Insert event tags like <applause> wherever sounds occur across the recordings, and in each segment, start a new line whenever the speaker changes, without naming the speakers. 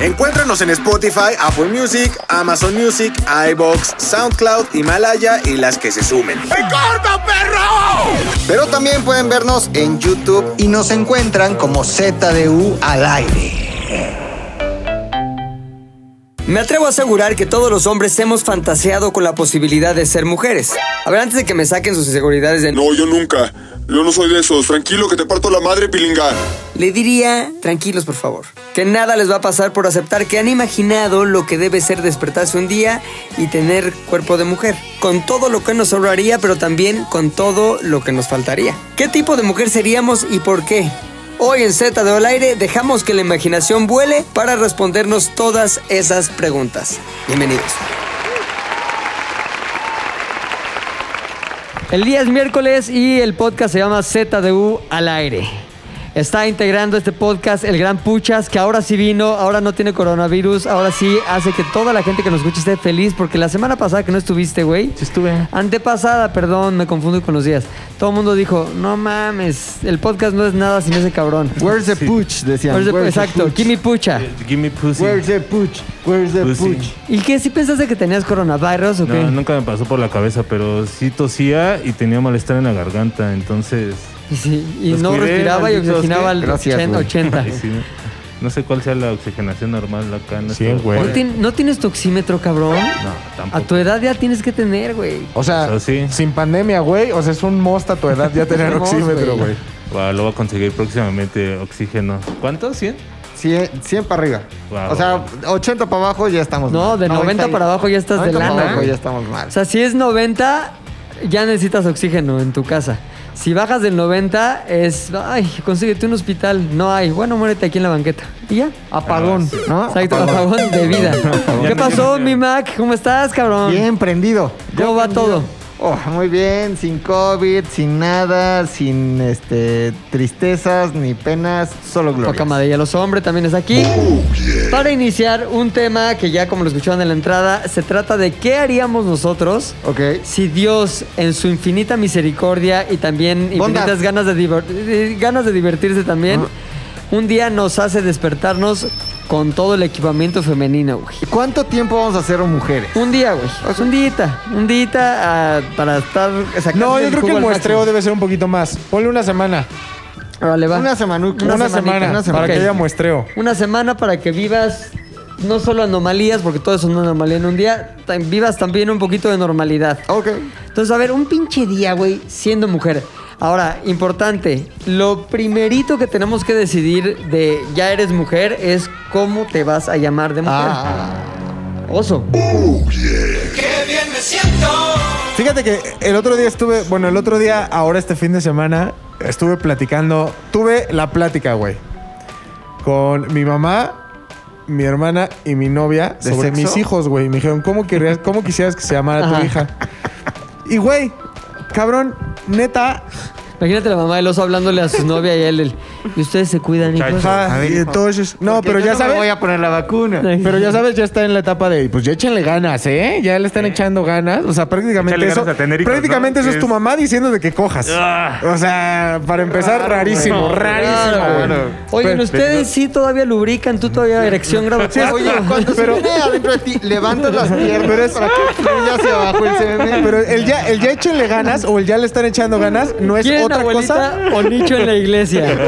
Encuéntranos en Spotify, Apple Music, Amazon Music, iBox, SoundCloud, Himalaya y las que se sumen.
Pero también pueden vernos en YouTube.
y nos encuentran como ZDU al aire.
Me atrevo a asegurar que todos los hombres hemos fantaseado con la posibilidad de ser mujeres. A ver, antes de que me saquen sus inseguridades de...
No, yo nunca. Yo no soy de esos. Tranquilo, que te parto la madre, pilinga.
Le diría, tranquilos por favor, que nada les va a pasar por aceptar que han imaginado lo que debe ser despertarse un día y tener cuerpo de mujer, con todo lo que nos sobraría, pero también con todo lo que nos faltaría. ¿Qué tipo de mujer seríamos y por qué? Hoy en Z de Al Aire dejamos que la imaginación vuele para respondernos todas esas preguntas. Bienvenidos. El día es miércoles y el podcast se llama ZDU al aire. Está integrando este podcast el gran Puchas, que ahora sí vino, ahora no tiene coronavirus, ahora sí hace que toda la gente que nos escucha esté feliz, porque la semana pasada que no estuviste, güey.
Sí estuve.
Antepasada, perdón, me confundo con los días. Todo el mundo dijo, no mames, el podcast no es nada sin ese cabrón.
Where's the pooch? Decían.
Where's the-
Where's the
exacto,
pooch?
Kimmy Pucha.
Give me pussy.
Where's the pooch? Where's the
Pussy.
pooch?
¿Y qué? ¿Sí pensaste que tenías coronavirus o qué?
No, nunca me pasó por la cabeza, pero sí tosía y tenía malestar en la garganta, entonces...
Y sí, y
Los
no
cuidé,
respiraba y
malditos,
oxigenaba
¿qué?
al
Gracias,
80.
güey.
80.
ay, <laughs> sí, no- no sé cuál sea la oxigenación normal acá. No
Sí,
estoy-
güey.
¿No, tien- no tienes tu oxímetro, cabrón?
No,
A
tampoco.
tu edad ya tienes que tener, güey.
O sea,
O sea, sí.
sin pandemia, güey. O sea, es un most a tu edad
<laughs>
ya tener
Un most,
oxímetro,
güey.
güey.
Va, lo voy a conseguir próximamente, oxígeno. ¿Cuánto? ¿100?
100, 100 para arriba.
Wow.
O sea, 80 para abajo ya estamos
No, de 90
y-
para abajo ya estás de
90 para
lana,
abajo
¿eh?
ya estamos mal.
O sea, si es 90, ya necesitas oxígeno en tu casa. Si bajas del 90, es. Ay, consíguete un hospital. No hay. Bueno, muérete aquí en la banqueta. Y ya.
Apagón, ¿no?
Exacto,
Apagón.
apagón de vida. ¿Qué pasó, mi Mac? ¿Cómo estás, cabrón?
Bien prendido.
¿Cómo va todo?
Oh, muy bien, sin COVID, sin nada, sin este tristezas ni penas, solo gloria.
Poca madre, ya los hombres también está aquí. Para iniciar un tema que ya como lo escuchaban en la entrada, se trata de qué haríamos nosotros
Ok.
si Dios en su infinita misericordia y también infinitas
Bondad.
ganas de diver- eh, ganas de divertirse también, un día nos hace despertarnos con todo el equipamiento femenino, güey.
¿Cuánto tiempo vamos a ser mujeres?
Un día, güey. Un dita, un dita ah, para estar sacando
No, yo creo que el muestreo debe ser un poquito más. Ponle una semana.
va.
Una semanuca.
Una semanita,
Una, semana.
una
Para
semanita.
que
Ok.
haya muestreo.
Una semana para que vivas no solo anomalías, porque todo es una anomalía en un día, tan- vivas también un poquito de normalidad.
Ok.
Entonces, a ver, un pinche día, güey, siendo mujer. Ahora, importante, lo primerito que tenemos que decidir de ya eres mujer es cómo te vas a llamar de mujer.
Ah.
Oso.
Fíjate que el otro día estuve, bueno, el otro día, ahora este fin de semana, estuve platicando, tuve la plática, güey, con mi mamá, mi hermana y mi novia
¿De
sobre
sexo?
mis hijos, güey. Me dijeron, ¿cómo, querías, ¿cómo quisieras que se llamara
Ajá.
tu hija? Y, güey, cabrón, neta,
Imagínate la mamá del oso hablándole a su novia y a él. el, y ustedes se cuidan, hijos. Ah,
ajá, y entonces, no,
Porque
pero
yo
ya
no me
sabes.
voy a poner la vacuna.
Pero ya sabes, ya está en la etapa de, pues ya échenle ganas, ¿eh? Ya le están echando ganas. O sea, prácticamente
Échale
eso,
ganas a tener hijos,
prácticamente
¿no?
eso es tu
Es-
mamá diciéndote que cojas.
Ah.
O sea, para empezar, rarísimo,
güey.
rarísimo.
Claro,
güey.
güey. Oigan,
Pero-
ustedes sí todavía lubrican, tú todavía
<laughs>
erección grado cuatro.
Oye, cuando
Pero-
se viene adentro de ti, levantas las piernas
Pero es-
para que fluya hacia abajo el semen.
Pero el ya, el ya échenle ganas o el ya le están echando ganas no es
¿Quieren
otra
abuelita
cosa.
o nicho en la
<laughs>
iglesia?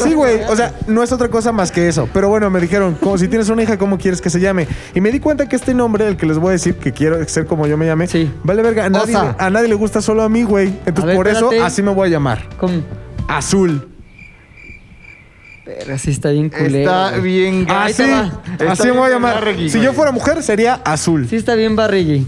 Sí, güey. O sea, no es otra cosa más que eso. Pero bueno, me dijeron, como si tienes una hija, ¿cómo quieres que se llame? Y me di cuenta que este nombre, el que les voy a decir que quiero ser como yo me llame,
Sí.
vale verga. A nadie,
Osa.
a nadie le gusta solo a mí, güey. Entonces,
A ver,
por
espérate.
eso, así me voy a llamar.
¿Cómo?
Azul.
Verga, sí está bien culero.
Está
güey.
bien
Ahí
Así,
te va.
así me voy a llamar. Si yo fuera mujer, sería azul.
Sí está bien barrigui.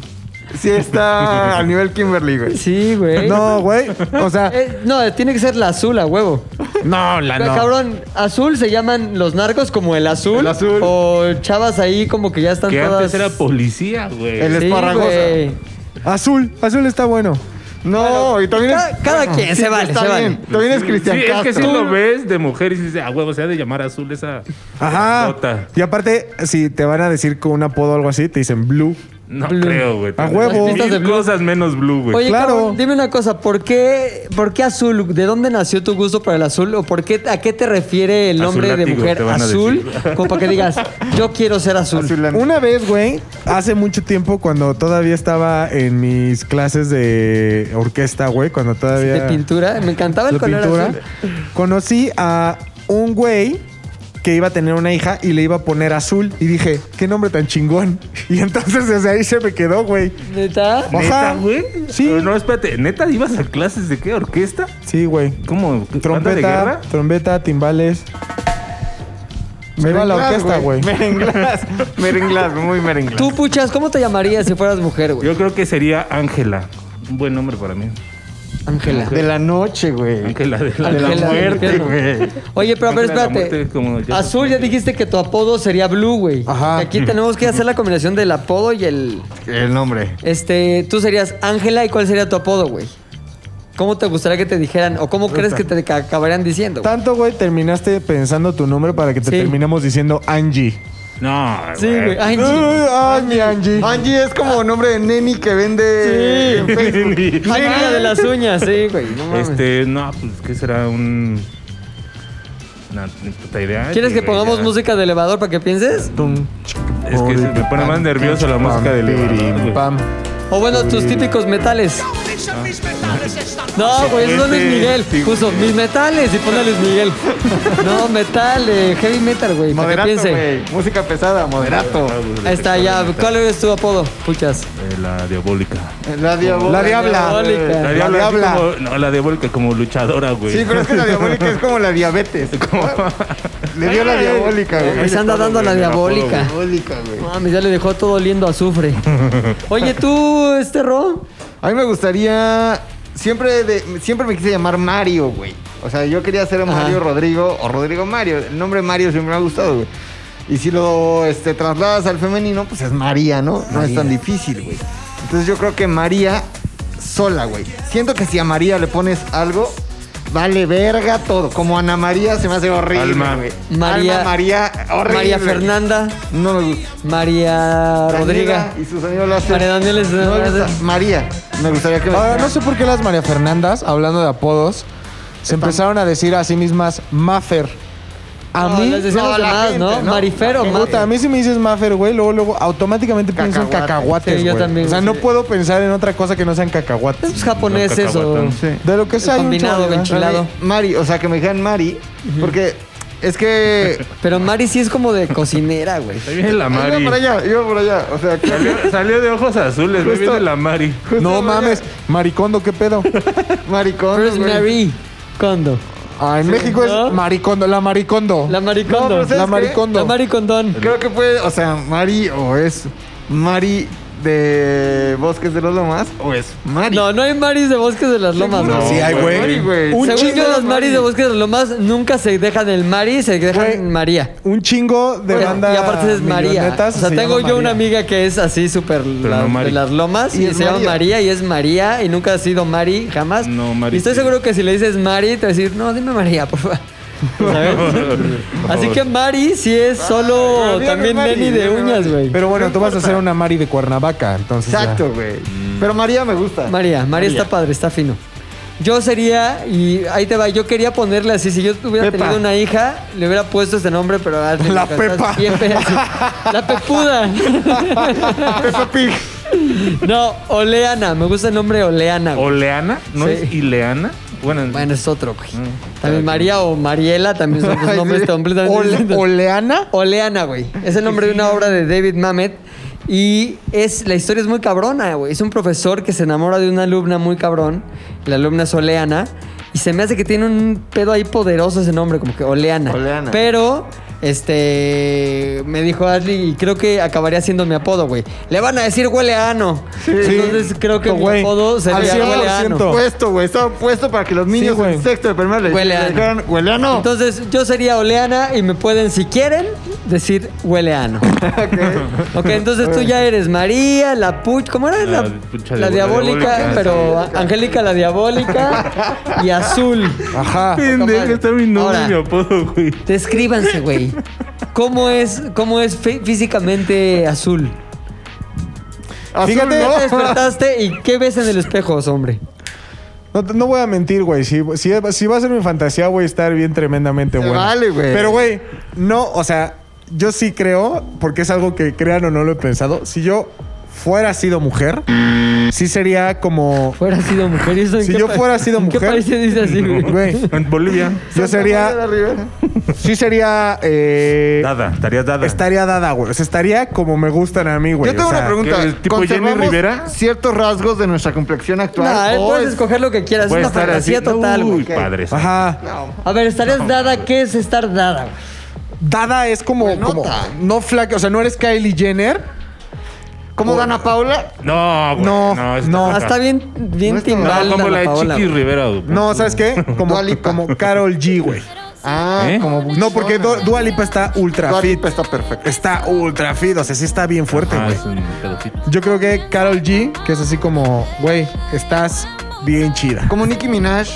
Sí está al nivel Kimberly, güey.
Sí, güey.
No, güey. O sea,
Eh, no, tiene que ser la azul a huevo.
no,
Ah,
la
Pero,
no.
Cabrón, azul se llaman los narcos como el azul.
El azul.
O chavas ahí como que ya están
Que
todas.
antes era policía, güey.
El
Sí,
esparragosa.
güey.
Azul, azul está bueno.
No, y también
Cada-
es.
cada quien, se vale,
está
se
bien.
vale.
También es Cristian
Sí, es
Castro.
que si lo ves de mujer y dices, ah, huevo, se ha de llamar azul esa.
Ajá.
nota".
Y aparte, si te van a decir con un apodo o algo así, te dicen Blue.
No creo, güey.
A huevo.
Mil
Las pistas de Blue.
cosas menos blue, güey.
Oye,
claro.
cabrón, dime una cosa, ¿por qué, ¿por qué azul? ¿De dónde nació tu gusto para el azul? ¿O por qué, a qué te refiere el
Azul
nombre de
látigo,
mujer
te van a
azul?
decir.
Como para que digas, yo quiero ser azul.
Azulán.
Una vez, güey, hace mucho tiempo, cuando todavía estaba en mis clases de orquesta, güey, cuando todavía.
De pintura. Me encantaba el
de
color
pintura,
azul.
conocí a un güey que iba a tener una hija y le iba a poner azul. Y dije, qué nombre tan chingón. <laughs> Y entonces desde ahí se me quedó, güey.
¿Neta?
Ajá.
¿Neta, güey?
Sí.
Pero no, espérate. ¿Neta ibas a clases de qué? ¿Orquesta?
Sí, güey.
¿Cómo? ¿Banda de
Trompeta,
guerra?
trompeta, timbales. Me iba a la
Merenglas,
orquesta, güey.
Merenglas. Merenglas, muy merenglas.
Tú, puchas, ¿cómo te llamarías si fueras mujer, güey?
Yo creo que sería Ángela. Un buen nombre para mí.
Ángela.
De la noche, güey.
Ángela de la, de la
Ángela del
muerte,
infierno.
güey.
Oye, pero a ver,
Ángela de la
espérate.
muerte, como ya-
Azul, ya dijiste que tu apodo sería Blue, güey.
Ajá.
Aquí tenemos que hacer la combinación del apodo y el...
El nombre.
Este, tú serías Ángela y cuál sería tu apodo, güey. ¿Cómo te gustaría que te dijeran o cómo crees que te ca- acabarían diciendo? güey?
Tanto, güey, terminaste pensando tu nombre para que te
Sí.
terminamos diciendo Angie.
No,
Sí, güey. Ay,
Ay, mi Angie.
Angie es como nombre de neni que vende en Facebook.
Ángela de las uñas, sí, güey. No mames.
Este, no, pues, ¿qué será? Un... No, ni puta idea.
¿Quieres que
güey,
pongamos
ya.
música de elevador para que pienses?
Es que se me pone más nervioso la música del elevador, güey.
Pam.
O bueno, tus típicos metales.
Ah.
No, güey, eso no es Luis
Este,
Miguel.
sí,
Puso mis metales y ponle Luis Miguel. No, metal, eh, heavy metal, güey. Para que
Moderato,
piense.
güey. Música pesada, moderato.
Ahí está, ya. ¿Cuál es tu apodo? Puchas.
Eh, La diabólica.
La diabólica.
La diabla.
Diabólica.
La
La
diabla. así
diabla.
como- no, la diabólica como luchadora, güey. <laughs>
Sí, pero es que la diabólica es como la diabetes. Le dio la diabólica, güey.
Ahí se anda dando la diabólica.
Diabólica, güey.
Mami, ya le dejó todo oliendo a
<laughs>
azufre. Oye, tú, este Ro.
A mí me gustaría. Siempre, de- siempre me quise llamar Mario, güey. O sea, yo quería ser Mario Rodrigo o Rodrigo Mario. El nombre Mario siempre me ha gustado, güey. Y si lo este, trasladas al femenino, pues es María, ¿no? No es tan difícil, güey. Entonces yo creo que María sola, güey. Siento que si a María le pones algo, vale verga todo. Como Ana María se me hace horrible,
Alma.
güey.
María-
Alma María, horrible.
María Fernanda.
No me gusta.
María Rodríguez.
Daniela Y sus amigos lo hacen.
María Daniela y sus
No me
amigos lo
gusta.
hacen.
María. Me gustaría que me
Ahora, Ah, no sé por qué las María Fernandas, hablando de apodos, se empezaron a decir a sí mismas Maffer. A
No,
mí,
les decían
no,
los
la
demás,
gente,
¿no?
¿no?
Marifer o
puta, a
Mata.
mí si me dices Maffer, güey, luego, luego automáticamente pienso en
Cacahuate.
cacahuates,
Sí, yo
güey.
también,
O sea,
sí.
no puedo pensar en otra cosa que no sean cacahuates.
Es japonés eso.
cacahuatón.
De lo que
El
sea, hay un
combinado,
chorro, ¿verdad?
venchilado.
Mari, o sea, que me dijeran Mari, porque es que.
Pero Mari sí es como de cocinera, güey.
Ahí viene la
Iba por
Mari.
allá, iba por allá. O sea, que-
Salió, <laughs> salió de ojos azules, güey.
Justo.
Viene la Mari.
<laughs> justo
No
por allá.
mames, maricondo, ¿qué
<laughs>
pedo?
Maricón.
Pero es
güey.
Mary Kondo.
Ah, en México
¿no?
es maricondo, la maricondo.
La Mari
No, pues
Kondo.
pero ¿sabes
La
qué?
maricondo.
La Mari Condón.
Creo que puede, o sea, Mari o es Mari de Bosques de los Lomas o es
pues,
Mari.
No, no hay Maris de Bosques de las Lomas,
Seguro.
¿no?
Sí, hay, güey.
Mari, güey.
Un
Según
chingo
yo,
de
las Maris
Mari.
de Bosques de las Lomas nunca se dejan el Mari, se dejan
Güey.
María.
Un chingo de
Pero-
banda.
y aparte es María. O
millonetas
sea,
se
tengo
llama
yo una
María.
amiga que es así súper la-
no Mari.
de las lomas y,
es
se llama
María.
María y es María y nunca ha sido Mari jamás.
No, Mari
Y estoy
sí.
seguro que si le dices Mari te va a decir, no, dime María, por favor. ¿Sabes? ¿Eh? <laughs> así que Mari sí es
Ah,
solo
María,
también
Mari,
neni de
Mari.
uñas, güey.
Pero bueno, tú vas a ser una Mari de Cuernavaca, entonces. ya.
Exacto, güey. Pero María me gusta.
María, María está padre, está fino. Yo sería, y ahí te va, yo quería ponerle así, si yo hubiera
Pepa.
tenido una hija, le hubiera puesto este nombre, pero... ah,
La
estás
Pepa.
bien fea, así. La Pepuda.
Peppa Pig.
No, Oleana, me gusta el nombre Oleana. güey.
Oleana, ¿no
Sí.
es Ileana? Bueno,
bueno, es otro, güey. También María o Mariela también son dos
<laughs> Ay,
nombres
sí.
completamente
Ole-
distintos.
Oleana.
Oleana, güey. Es el nombre de una obra de David Mamet. Y es, la historia es muy cabrona, güey. Es un profesor que se enamora de una alumna muy cabrón. La alumna es Oleana. Y se me hace que tiene un pedo ahí poderoso ese nombre, como que Oleana.
Oleana.
Pero, este, me dijo Ashley, y creo que acabaría siendo mi apodo, güey. Le van a decir huele a ano. Entonces creo que mi
Güey,
apodo
al
sería
100%.
huele a ano.
Puesto, güey. Estaba puesto para que los niños
güey.
en sexto de primaria le
Huele a ano.
dijeran, huele a ano".
Entonces, yo sería Oleana y me pueden, si quieren, decir huele
<laughs>
a ano. ok, entonces tú ya eres María, la puch, ¿cómo era? La,
La pucha
la
diabólica,
diabólica,
sí.
pero a- Angélica la diabólica y azul.
Ajá.
Pendeja, está mi nombre
Ahora.
y mi apodo, güey.
Descríbanse, güey. ¿Cómo es, cómo es fí- físicamente azul?
Fíjate,
¿Qué <laughs> te despertaste y qué ves en el espejo, hombre?
No, no voy a mentir, güey. Si, si, si va a ser mi fantasía, voy a estar bien tremendamente
Se
bueno.
vale, güey.
Pero, güey, no, o sea, yo sí creo, porque es algo que crean o no lo he pensado. Si yo fuera sido mujer, sí sería como.
Fuera sido mujer. ¿y eso en
Si
qué
yo
pa-
fuera sido
¿en ¿Qué
mujer?
país se dice así, güey?
Güey,
En Bolivia.
yo sería. Sí sería. eh,
Dada, estarías dada.
estaría dada, güey. O sea, estaría como me gustan a mí, güey.
Yo tengo
o sea,
una pregunta.
¿qué, tipo Jenny
¿Conservamos
Rivera?
ciertos rasgos de nuestra complexión actual?
Nah, eh,
o
puedes
es-
escoger lo que quieras. Es
Voy a
una
estar
fantasía
así.
total, Ah.
Uy,
güey.
padres.
Ajá.
A ver, ¿estarías dada? ¿Qué es estar dada, güey?
Dada es como.
Buenota.
como no flaca. O sea, no eres Kylie Jenner.
¿Cómo gana Paula?
No, güey.
No,
No, está
no.
Ah,
loca.
está bien, bien
No está-
timbal,
No, como
Dana
la de
Paola,
Chiqui
güey.
Rivera. güey.
No, ¿sabes qué? Como,
Dua Lipa.
como Carol G, güey.
Ah,
¿Eh?
como
No, porque Du- Dua Lipa está ultra
Dua
fit.
Lipa está perfecta.
Está ultra fit, o sea, sí está bien fuerte,
Ah,
güey.
es un pedofito.
Yo creo que Carol G, que es así como, güey, estás bien chida.
Como Nicki Minaj.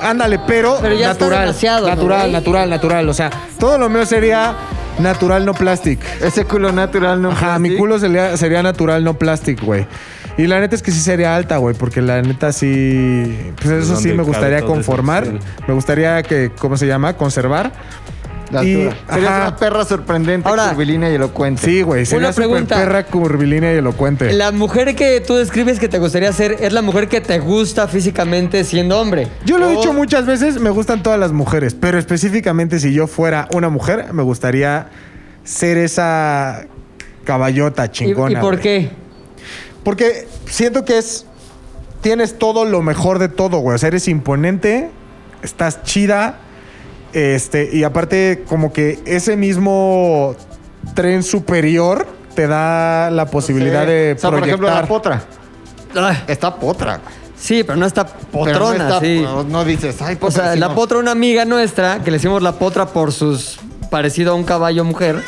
Ándale, pero,
Pero ya está
natural.
demasiado, ¿no,
natural,
güey?
natural, natural. O sea, todo lo mío sería natural, no plastic.
Ese culo natural, ¿no?
Ajá,
plastic.
mi culo sería, sería natural, no plastic, güey. Y la neta es que sí sería alta, güey, porque la neta sí. Pues eso sí
donde
me gustaría
cabe todo eso,
conformar.
sí.
Me gustaría que, ¿cómo se llama? Conservar.
La
Y-
altura. Serías
ajá.
una perra sorprendente,
Ahora-
curvilínea y elocuente.
Sí, güey. Sería
Una
súper
pregunta.
perra, curvilínea y elocuente.
La mujer que tú describes que te gustaría ser es la mujer que te gusta físicamente siendo hombre.
Yo lo he
O-
dicho muchas veces, me gustan todas las mujeres, pero específicamente si yo fuera una mujer, me gustaría ser esa caballota
¿Y,
chingona.
y por
güey.
qué?
Porque siento que es. Tienes todo lo mejor de todo, güey. O sea, eres imponente, estás chida. Este, y aparte, como que ese mismo tren superior te da la posibilidad
Sí.
de
O sea, por ejemplo, la
proyectar.
potra.
Ay,
Está potra. güey.
sí, pero no está
Pero
potrona,
no, está-
sí.
no- no dices, ay, potra.
O sea,
sí,
la
no.
potra, una amiga nuestra, que le decimos la potra por sus parecido a un caballo mujer.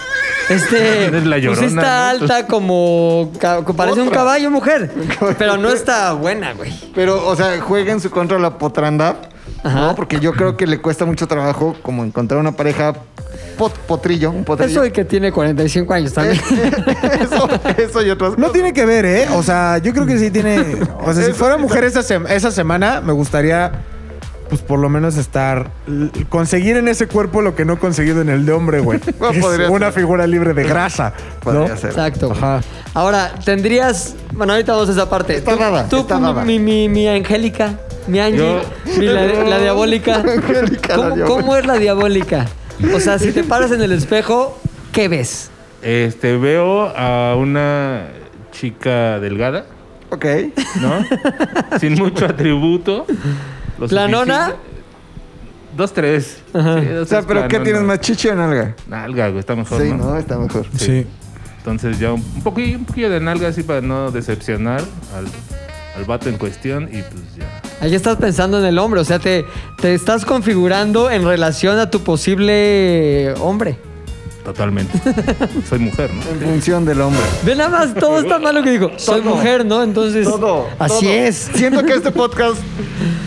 Este
Eres la
pues
llorona,
está
¿no?
alta como ca- parece un
Potra.
caballo mujer, pero no está buena, güey.
Pero, o sea, juega en su contra la potrandad.
Ajá.
No, porque yo creo que le cuesta mucho trabajo como encontrar una pareja pot- potrillo, un potrillo.
Eso
<laughs>
y que tiene 45 años también.
eso, eso y otras
No tiene que ver, ¿eh? O sea, yo creo que sí tiene. O
<laughs>
sea, si fuera mujer esa, sem- esa semana, me gustaría, pues por lo menos estar. l- Conseguir en ese cuerpo lo que no he conseguido en el de hombre,
<laughs>
güey.
Bueno,
Es
podría
una
ser.
güey. figura libre de grasa.
Podría
¿no?
ser.
Exacto. güey.
Ajá.
Ahora, tendrías. Bueno, ahorita vamos a esa parte.
Está
Tú-
dada,
Tú,
está
mi-
dada.
Mi, mi, mi Angélica, mi Angie,
Yo-
mi la, la diabólica.
<laughs> Angélica, la
¿Cómo,
diabólica.
cómo es la diabólica? O sea, si te paras en el espejo, ¿qué ves?
Este, veo a una chica delgada,
Ok.
¿no?
<laughs>
Sin mucho atributo. Lo
¿Planona?
suficiente- Dos, tres. Sí, dos,
O sea,
tres
pero ¿qué
planona.
tienes más chiche o nalga?
Nalga, güey, está mejor,
Sí,
¿no?
no, está mejor.
Sí.
Entonces ya un, un poquillo, un poquillo de nalga así para no decepcionar al, al vato en cuestión y pues ya.
Ahí estás pensando en el hombre, o sea, te, te estás configurando en relación a tu posible hombre.
<laughs>
Totalmente. Soy mujer, ¿no?
En función del hombre.
Ve nada más, todo está mal lo que digo. Soy
Todo.
mujer, ¿no? Entonces.
Todo.
Así
todo.
es.
Siento que este podcast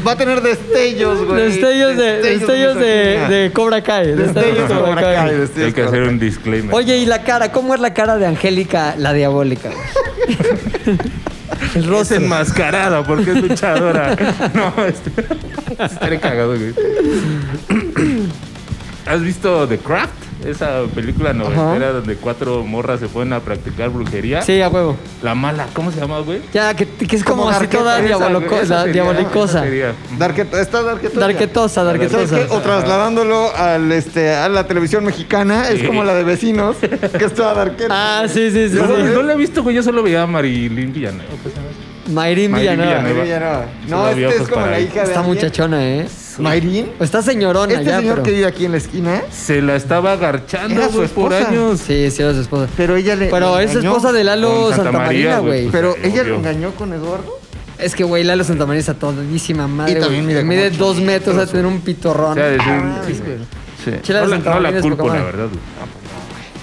va a tener destellos, güey.
Destellos de, destellos de,
misoginia.
de Cobra Kai.
Destellos de Cobra Kai. destellos
Hay que hacer un disclaimer.
Oye, ¿y la cara? ¿Cómo es la cara de Angélica, la diabólica? El
Es
rostro.
enmascarada porque es
<laughs>
luchadora. no, este. Estaré cagado, güey. ¿Has visto The Craft? Esa película noventera donde cuatro morras se ponen a practicar brujería.
Sí, a huevo.
La mala, ¿cómo se llama, güey?
Ya, que, que es como,
Como
así
Darketa,
toda
esa,
diaboloco-
Esa
la
sería-
diabolicosa.
esa sería.
Darket- está darketosa.
Darketosa,
¿Sabes qué?
darketosa.
O trasladándolo al, este, a la televisión mexicana, es como la de vecinos, que es toda darketa.
Ah, sí, sí, sí.
No,
sí.
no la he visto, güey. Yo solo veía a Marilyn Villanueva. pues, ¿sabes?
Mayrín
Mayrín
Villanueva.
Villanueva.
Mira, no, no,
Una
este
vieja
es como
para
la
ahí.
hija de
Está
alguien.
muchachona, ¿eh?
Mayrín.
O está señorona
Este
ya,
señor
pero...
que vive aquí en la esquina,
Se la estaba agarchando,
Era su
güey, por
esposa.
años.
Sí, sí, era su esposa.
pero ella le
Pero
le
es
engañó.
esposa de Lalo
Con
Santa,
Santa
María,
María,
güey.
güey.
Pero
Sí,
ella lo
obvio.
engañó con Eduardo.
Es que, güey, Lalo Santa María está todísima madre.
Y también
güey.
mide como
mide
ocho
dos metros, o sea, tener un pitorrón. Ah,
O sea, es un-
güey.
sí.
Chela de
No la-
Santa
no
María
la
es poca
culpo, la
madre.
verdad.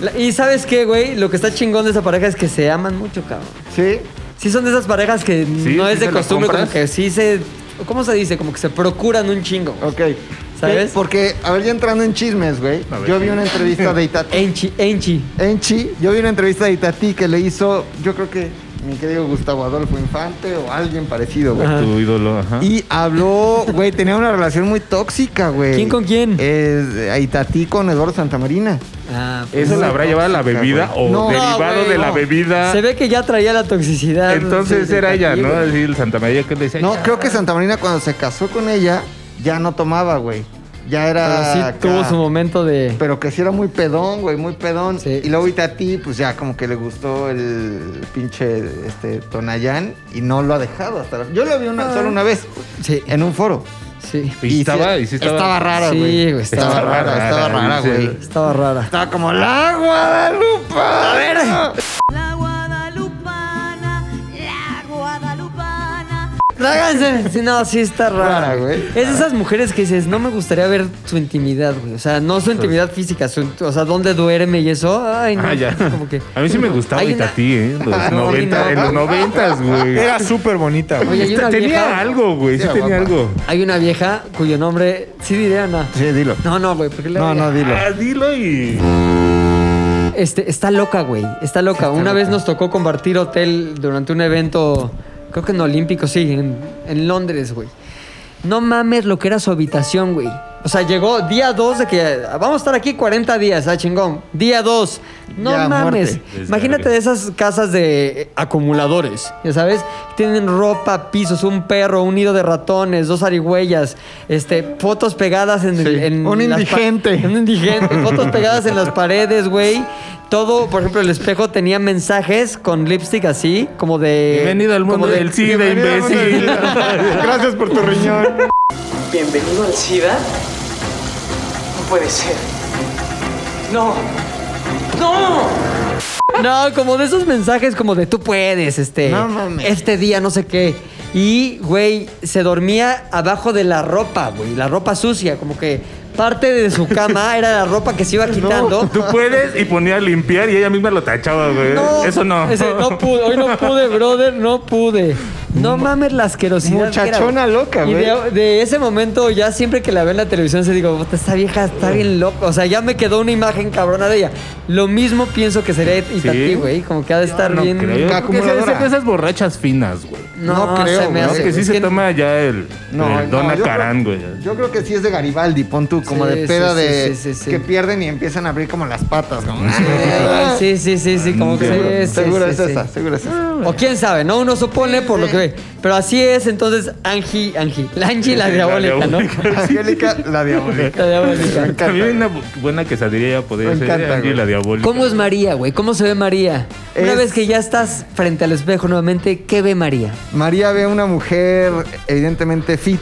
güey.
La- Y sabes qué, güey, lo que está chingón de esa pareja es que se aman mucho, cabrón.
¿Sí?
Sí son de esas parejas que
Sí,
no
sí
es de
se la
costumbre, como
compras.
que sí se... ¿Cómo se dice? Como que se procuran un chingo. güey.
Ok.
¿Sabes?
Eh, Porque, a ver, ya entrando en chismes, güey.
A ver.
Yo vi una entrevista de Itati.
Enchi, enchi.
Enchi, yo vi una entrevista de Itati que le hizo, yo creo que mi querido Gustavo Adolfo Infante o alguien parecido, güey.
Ajá.
Tu ídolo, ajá.
Y habló, güey, tenía una relación muy tóxica, güey.
¿Quién con quién?
Eh, Aitatí con Eduardo Santamarina.
Ah,
¿Eso
pues,
la habrá llevado la bebida o
No,
derivado
güey,
de la
no.
bebida?
Se ve que ya traía la toxicidad.
Entonces
de- de
era ella,
aquí,
¿no?
güey.
Así el Santa María que le decía.
No,
"Ya".
creo que Santamarina cuando se casó con ella ya no tomaba, güey. Ya
Ah,
Pero
era.
Ah, sí
acá.
tuvo su momento de...
Pero que sí era muy pedón, güey, muy pedón.
Sí.
Y luego Itati, pues ya como que le gustó el pinche este, Tonayán y no lo ha dejado hasta la... Yo lo vi
Ah.
una, solo una vez
Sí,
eh.
en un foro.
sí.
Y, estaba, y sí estaba. Ah,
rara,
Sí,
güey.
güey, estaba
estaba rara,
rara,
estaba
güey,
rara,
sí.
güey.
Estaba rara.
Estaba como la Guadalupa. A ver.
La guadalupana, la guadalupana.
Tráganse. Sí, no, sí está rara.
Rara, güey.
Es de esas mujeres que dices, no me gustaría ver su intimidad, güey. O sea, no su intimidad física, su, o sea, dónde duerme y eso. Ay, no.
Ah, ya.
Como que.
A mí sí me gustaba
Hay una-
Itatí, ¿eh? En Los
No,
90,
no.
en los noventas, güey.
Era súper bonita, güey.
Oye, hay una
Este, Tenía
vieja.
algo, güey. Sí,
Era
tenía
guapa.
algo.
Hay una vieja cuyo nombre. Sí, diré Ana.
Sí, dilo.
No, no, güey, porque le.
No, no, dilo.
Ah, dilo y.
Este, está loca, güey. Está loca. una vez nos tocó compartir hotel durante un evento, creo que en Olímpico, sí, en, en Londres, güey. No mames lo que era su habitación, güey. O sea, llegó día 2 de que ah, vamos a estar aquí 40 días, ah, chingón. Día 2. No
Ya,
mames.
muerte.
Desvergue.
Imagínate de esas casas de eh, acumuladores, ya sabes. Tienen ropa, pisos, un perro, un nido de ratones, dos arihuellas, este, fotos pegadas en,
Sí,
en
un
las pa-
indigente.
en un indigente, fotos pegadas en las paredes, güey. Todo, por ejemplo, el espejo tenía mensajes con lipstick así, como de.
Bienvenido al mundo
como de-
del SIDA, imbécil.
<laughs> Gracias por tu riñón.
¿Bienvenido al SIDA? No puede ser. No. ¡No!
No, como de esos mensajes como de tú puedes, este.
No mames.
Este día, no sé qué. Y, güey, se dormía abajo de la ropa, güey. La ropa sucia, como que parte de su cama era la ropa que se iba quitando.
Tú puedes y ponía a limpiar y ella misma lo tachaba, güey. Eso no.
ese, no pude, hoy no pude, brother, no pude. No mames la asquerosidad. que era,
Muchachona
güey.
loca,
Y
güey.
de, de ese momento, ya siempre que la veo en la televisión, se digo, "Puta, esta vieja está bien loca. O sea, ya me quedó una imagen cabrona de ella. Lo mismo pienso que sería Itatí,
Sí.
güey. Como que ha de estar
no
bien.
creo. Creo que
acumuladora.
es de esas borrachas finas, güey.
No,
No creo,
se me
güey.
No,
hace.
que sí
es
se
que-
toma ya el,
No,
el
no,
Dona
yo creo-
Carán, güey.
Yo creo que sí es de Garibaldi, pon tú, como
Sí,
de
sí,
peda
sí,
de
sí, sí, sí.
que pierden y empiezan a abrir como las patas, como.
Ay, Sí, sí, sí, sí, como que
Seguro,
sí, sí,
Ah, seguro
sí,
es
sí.
esa, seguro es esa.
O quién sabe, ¿no? Uno supone por lo que ve. Pero así es, entonces, Angie, Angie. La Angie
<laughs>
la diabólica, ¿no?
Angélica, la diabólica.
La diabólica.
A mí una bu- buena quesadilla ya podría
Me
ser
encanta,
Angie
güey.
la diabólica.
¿Cómo es María, güey? ¿Cómo se ve María? Una
Es-
vez que ya estás frente al espejo nuevamente, ¿qué ve María?
María ve una mujer evidentemente fit.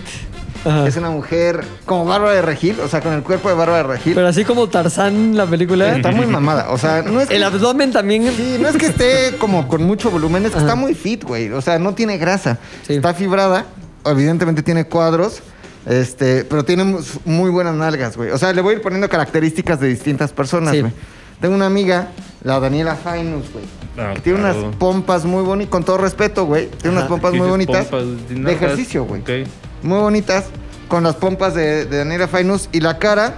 Ajá.
Es una mujer como Bárbara de Regil, o sea, con el cuerpo de Bárbara de Regil.
Pero así como Tarzán, la película. <laughs>
está muy mamada, o sea, no es que,
El abdomen también.
sí, no es que esté como con mucho volumen, es que
Ajá.
está muy fit, güey. O sea, no tiene grasa.
Sí.
Está fibrada, evidentemente tiene cuadros. Este, pero tiene mu- muy buenas nalgas, güey. O sea, le voy a ir poniendo características de distintas personas,
Sí.
güey. Tengo una amiga, la Daniela Fainus, güey.
Ah,
que tiene
claro.
unas pompas muy bonitas, con todo respeto, güey. Tiene unas
Ajá.
pompas muy
Dices,
bonitas.
pompas
de
dinámicas,
ejercicio, güey.
ok.
Muy bonitas, con las pompas de, de Daniela Fainus y la cara,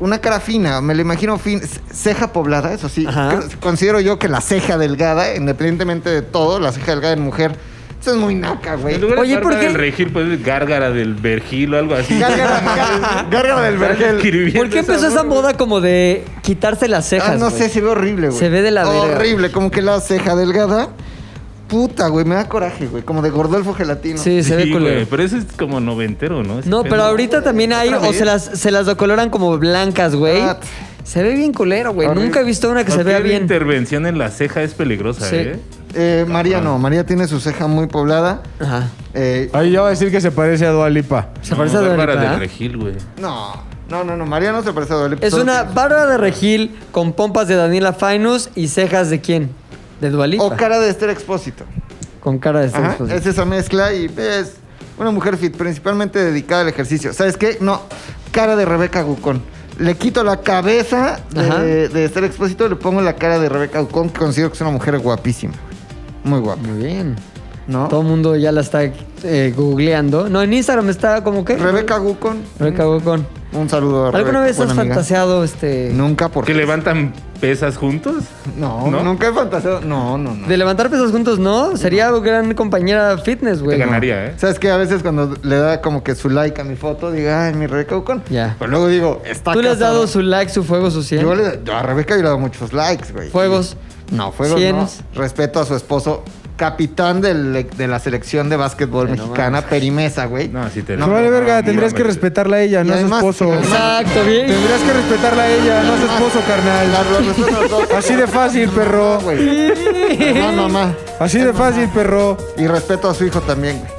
una cara fina, me la imagino fin, c- ceja poblada, eso sí.
Ajá.
Creo- Considero yo que la ceja delgada, independientemente de todo, la ceja delgada en mujer, eso es muy naca, güey.
En lugar
Oye,
de
¿por
¿por
qué?
del regil, pues gárgara del vergil o algo así.
<laughs> Gárgara gár- gárgara del vergel.
¿Por qué empezó esa moda como de quitarse las cejas?
Ah, no
güey?
sé, se ve horrible, güey.
Se ve de la verga.
Horrible, como que la ceja delgada. Puta, güey, me da coraje, güey. Como de Gordolfo Gelatino.
Sí, se ve
Sí,
culero.
güey, pero eso es como noventero, ¿no? Ese
No, pero
pedo.
ahorita también hay,
Otra
o
vez.
se las, se las decoloran como blancas, güey.
Ah, pff.
Se ve bien culero, güey.
Horrible.
Nunca he visto una que se
Cualquier
vea bien.
intervención en la ceja es peligrosa,
Sí.
¿eh?
Eh, María no, María tiene su ceja muy poblada.
Ajá.
Eh,
Ahí ya va a decir que se parece a Dua Lipa.
Se parece a Dua
Bárbara
Lipa,
del
¿eh?
regil, güey.
no, no, no, no, María no se parece a Dua Lipa,
Es
solo
una
tiene-
bárbara de regil con pompas de Daniela Fainus y cejas de quién? De Dualipa.
O cara de Esther Expósito.
Con cara de
Ajá,
Steve Jobs.
es esa mezcla y es una mujer fit, principalmente dedicada al ejercicio. ¿Sabes qué? No, cara de Rebeca Gucón. Le quito la cabeza de, de Esther Expósito y le pongo la cara de Rebeca Ocon, que considero que es una mujer guapísima. Muy guapa.
Muy bien.
¿No?
Todo el mundo ya la está eh, googleando. No, en Instagram está como que.
Rebeca Gucon.
Rebeca Bocón.
Un saludo a Rebeca.
¿Alguna vez has
buena amiga.
fantaseado este.
Nunca porque.
¿Que levantan pesas juntos?
No,
¿No?
nunca he fantaseado. No, no, no.
De levantar pesas juntos, no. Sería gran compañera fitness, güey.
Te ganaría, ¿eh?
¿Sabes qué? A veces cuando le da como que su like a mi foto, diga, ay, mi Rebeca Ocon.
Ya.
Pero luego digo, está
Tú le has
casada.
dado su like, su fuego, su cien.
Yo le- yo a Rebeca yo le he dado muchos likes, güey.
Fuegos.
No, fuegos
Cienes.
no. Respeto a su esposo, capitán del- de la selección de básquetbol mexicana, Perimesa, güey.
No, sí te
No vale verga, tendrías que
mames.
respetarla a ella,
Y
no a su
además-
esposo.
Exacto, bien.
Tendrías que respetarla a ella, no a su esposo,
La-
carnal.
los otros dos-
Así de fácil, perro.
güey. No, mamá.
Así de fácil, perro.
Y respeto a su hijo también, güey.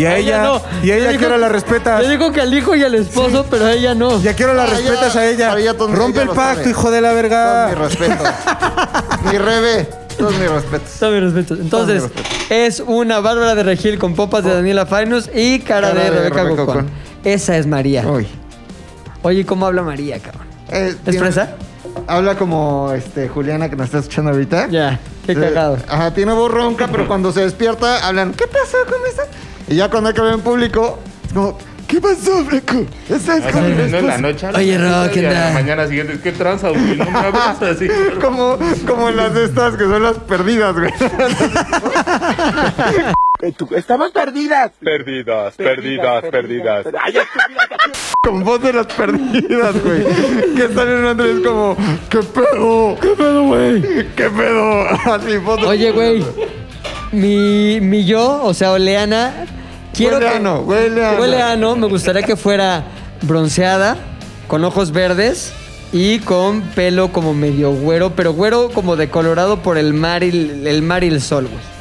Y
Ella
a ella,
no.
y a
Le
ella
dijo-
que ahora la respetas.
Le digo que al hijo y al esposo, pero a ella no.
Y a que ahora la
Ah, ya,
respetas a ella.
para ella todo el mundo
Rompe
ya
el
lo
pacto,
sabe.
hijo de la
Todo mi
verga.
respeto. mi Rebe, todos mis respetos.
Todo mi respeto. Entonces,
Todo mi
es una Bárbara de Regil con popas
Oh.
de Daniela Fainus y cara, de, Rebeca Gocón.
Gocón.
Esa es María.
Uy.
Oye, ¿cómo habla María, cabrón?
Eh,
¿Es
tiene-
fresa?
Habla como este, Juliana que nos está escuchando ahorita.
Ya, qué
Eh,
cagado.
Ajá, tiene voz ronca, pero cuando se despierta hablan, ¿qué pasó con esa? Y ya cuando acaba en público, es como, ¿qué pasó, Reco? Esa es
O sea,
como,
Ah, no en la noche. a la
Oye,
mañana,
Ro, ¿qué
y a la
onda?
mañana siguiente, ¿qué tranza, güey? No me abras <laughs> así.
<laughs> como, como las de estas que son las perdidas, güey.
Perdidas, perdidas, perdidas.
Con voz de las perdidas, güey. Que están en un Andrés como, ¿qué pedo? ¿Qué pedo, güey? ¿Qué pedo? <laughs> Así, voz de-
Oye, güey. Mi, mi yo, o sea, Oleana, quiero
Huele
que.
a ano, huele a ano.
Huele a ano, me gustaría que fuera bronceada, con ojos verdes y con pelo como medio güero, pero güero como decolorado por el mar y el, el mar y el sol, güey.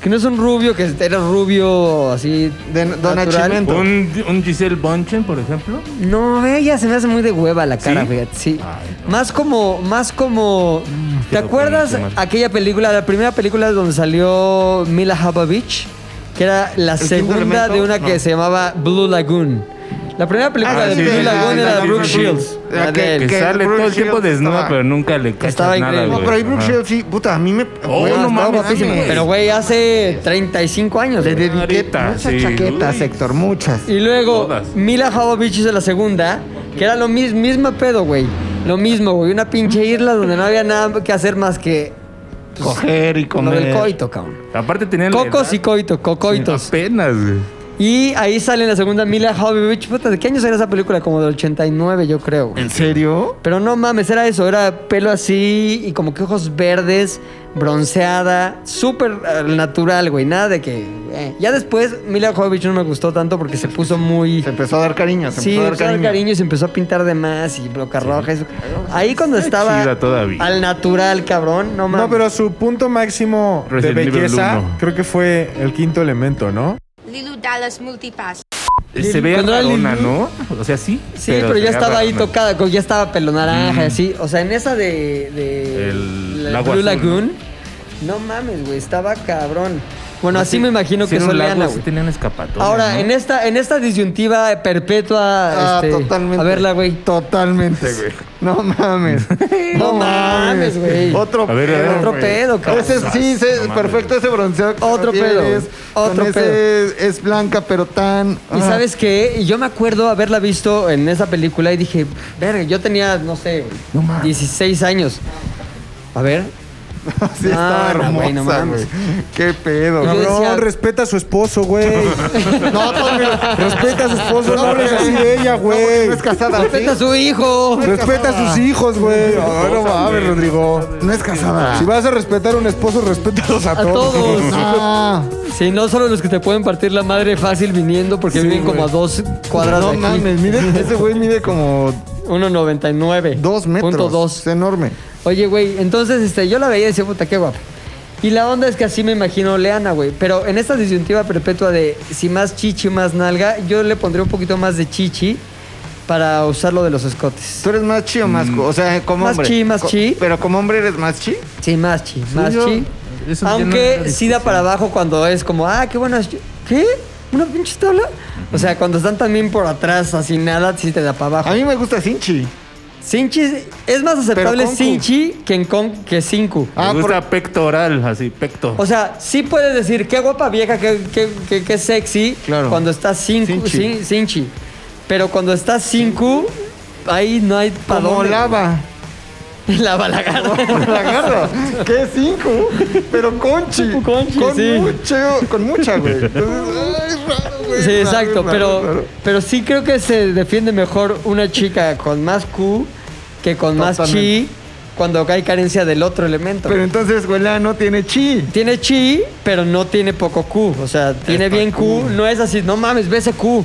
Que no es un rubio, que era rubio así
De- don
natural.
Achimento.
¿Un, un Giselle Bonchen, por ejemplo.
No, ella se me hace muy de hueva la cara,
¿Sí?
fíjate, sí.
Ay, Mm,
Más como, más como. ¿Te
qué
acuerdas
buenísimo.
aquella película, la primera película donde salió Mila Jovovich, que era la
quinto
segunda
elemento?
de una que
No.
se llamaba Blue Lagoon? La primera película
Ah,
de
sí,
Blue
sí,
Lagoon
sí,
era
sí,
Brooke
sí.
Shields.
Ah,
la
que-
de él.
Que
que
sale
Brooke
todo el tiempo
Shields
desnuda,
estaba-
pero nunca le cachas
Estaba
nada,
increíble.
No,
güey.
pero ahí Brooke
Ajá.
Shields, sí, puta, a mí me.
Oh,
güey,
no
estaba
mames.
guapísima.
Pero güey, hace 35 años.
Le
güey.
dediqué
Ahorita,
muchas
sí.
chaquetas,
Uy.
Héctor, muchas.
Y luego,
Todas.
Mila Jovovich hizo la segunda, que era lo mismo, mismo pedo, güey. Lo mismo, güey. Una pinche isla donde no había nada que hacer más que
Coger y
lo del
comer.
coito, cabrón.
Aparte tenían la
Cocos
edad.
y coito, cocoitos.
Apenas, güey.
Y ahí sale en la segunda Mila Jovovich. Puta, ¿de qué años era esa película? Como del 89, yo creo. güey.
¿En serio?
Pero no mames, era eso. Era pelo así y como que ojos verdes, bronceada, súper eh, natural, güey. Nada de que... eh. Ya después, Mila Jovovich no me gustó tanto porque se puso muy...
Se empezó a dar cariño, se
Sí,
empezó a dar
empezó a dar
cariño.
cariño y se empezó a pintar de más y bloca roja. y eso. Ahí cuando estaba
chida todavía.
al natural, cabrón, no mames.
No, pero su punto máximo de
Resident Evil
belleza
uno.
creo que fue el quinto elemento, ¿no?
Lilu Dallas Multipass.
Se ve
Cuando era
rarona,
Lili-
¿no? O sea, sí.
Sí, pero, ya
se ve
estaba ahí
rarona.
tocada, como ya estaba pelo naranja,
Mm.
así. O sea, en esa de, de
El
la
lago
Blue
azul,
Lagoon, no mames, güey, estaba cabrón. Bueno, así me imagino
Sí,
que
en un
Soleana,
lago sí
güey.
tenían escapatoria.
Ahora,
¿no?
en esta en esta disyuntiva perpetua,
Ah,
este,
totalmente.
a verla, güey.
<laughs> Totalmente, güey. No mames. <laughs>
No mames, güey.
Otro
A ver, a ver.
pedo.
Otro
güey.
pedo, cabrón.
Ese sí,
No
se,
mames.
perfecto ese bronceado. que
Otro
tienes,
pedo, güey.
con
Otro
ese
pedo.
Es blanca, pero tan.
Y
ajá.
sabes qué, yo me acuerdo haberla visto en esa película y dije, verga, yo tenía, no sé, güey, 16 años. A ver,
<laughs> Sí, estaba
No, no, güey, no
hermosa,
mames.
Ah, güey. Qué pedo.
Yo
güey.
Cabrón,
decía-
respeta a su esposo, güey.
<laughs> No, todo bien.
respeta a su esposo, no,
No,
hables
güey.
así de ella,
No, porque
güey.
no es casada.
respeta a
¿sí?
su hijo.
respeta a sus hijos, güey. Ay, no mames, Rodrigo.
No es casada.
Si vas a respetar a un esposo, respétalos a,
<laughs>
A todos.
No.
Sí, no solo los que te pueden partir la madre fácil viniendo porque viven como a dos cuadras de
No
aquí.
mames, mire, ese güey mide como
1.99.
dos metros.
Punto
Es
dos.
enorme.
Oye, güey, entonces este, yo la veía y decía, puta, qué guapa. Y la onda es que así me imagino Leana, güey. Pero en esta disyuntiva perpetua de si más chichi, más nalga, yo le pondría un poquito más de chichi para usar lo de los escotes.
¿Tú eres más chi o
Mm.
más cu? O sea, como
Más
hombre.
chi, más
Co-
chi.
Pero como hombre eres más chi.
Sí, más chi, más
yo-
chi.
eso ya
Aunque
no es la
sí da
discusión.
para abajo cuando es como, ah, qué buenas. ¿Qué? ¿Una pinche tabla? O sea, cuando están también por atrás, así nada, sí te da para
A
abajo.
mí me gusta sin chi.
Sinchi es más aceptable
Pero Concu.
Sinchi que, en con, que Sinku.
Ah,
Me gusta pectoral, así, pecto.
O sea, sí puedes decir qué guapa vieja, qué, qué- qué- qué sexy
Claro.
cuando estás Sinku,
Sinchi.
sin, Sinchi. Pero cuando estás Sinku, ahí no hay pa'
Como
dónde. <laughs>
lava. <laughs>
La balagarda.
La agarra. ¿Qué cinco? Pero conchi.
Conchi,
con
sí.
mucho- con mucha,
<laughs>
güey. Entonces, ay, es raro, güey.
Sí,
Es raro,
exacto,
es raro, es
pero,
raro.
pero sí creo que se defiende mejor una chica con más Q que con más chi
Totalmente.
cuando hay carencia del otro elemento.
Pero entonces, güey, la no tiene chi.
tiene chi, pero no tiene poco Q. O sea, tiene bien Q, no es así, no mames, ves Q.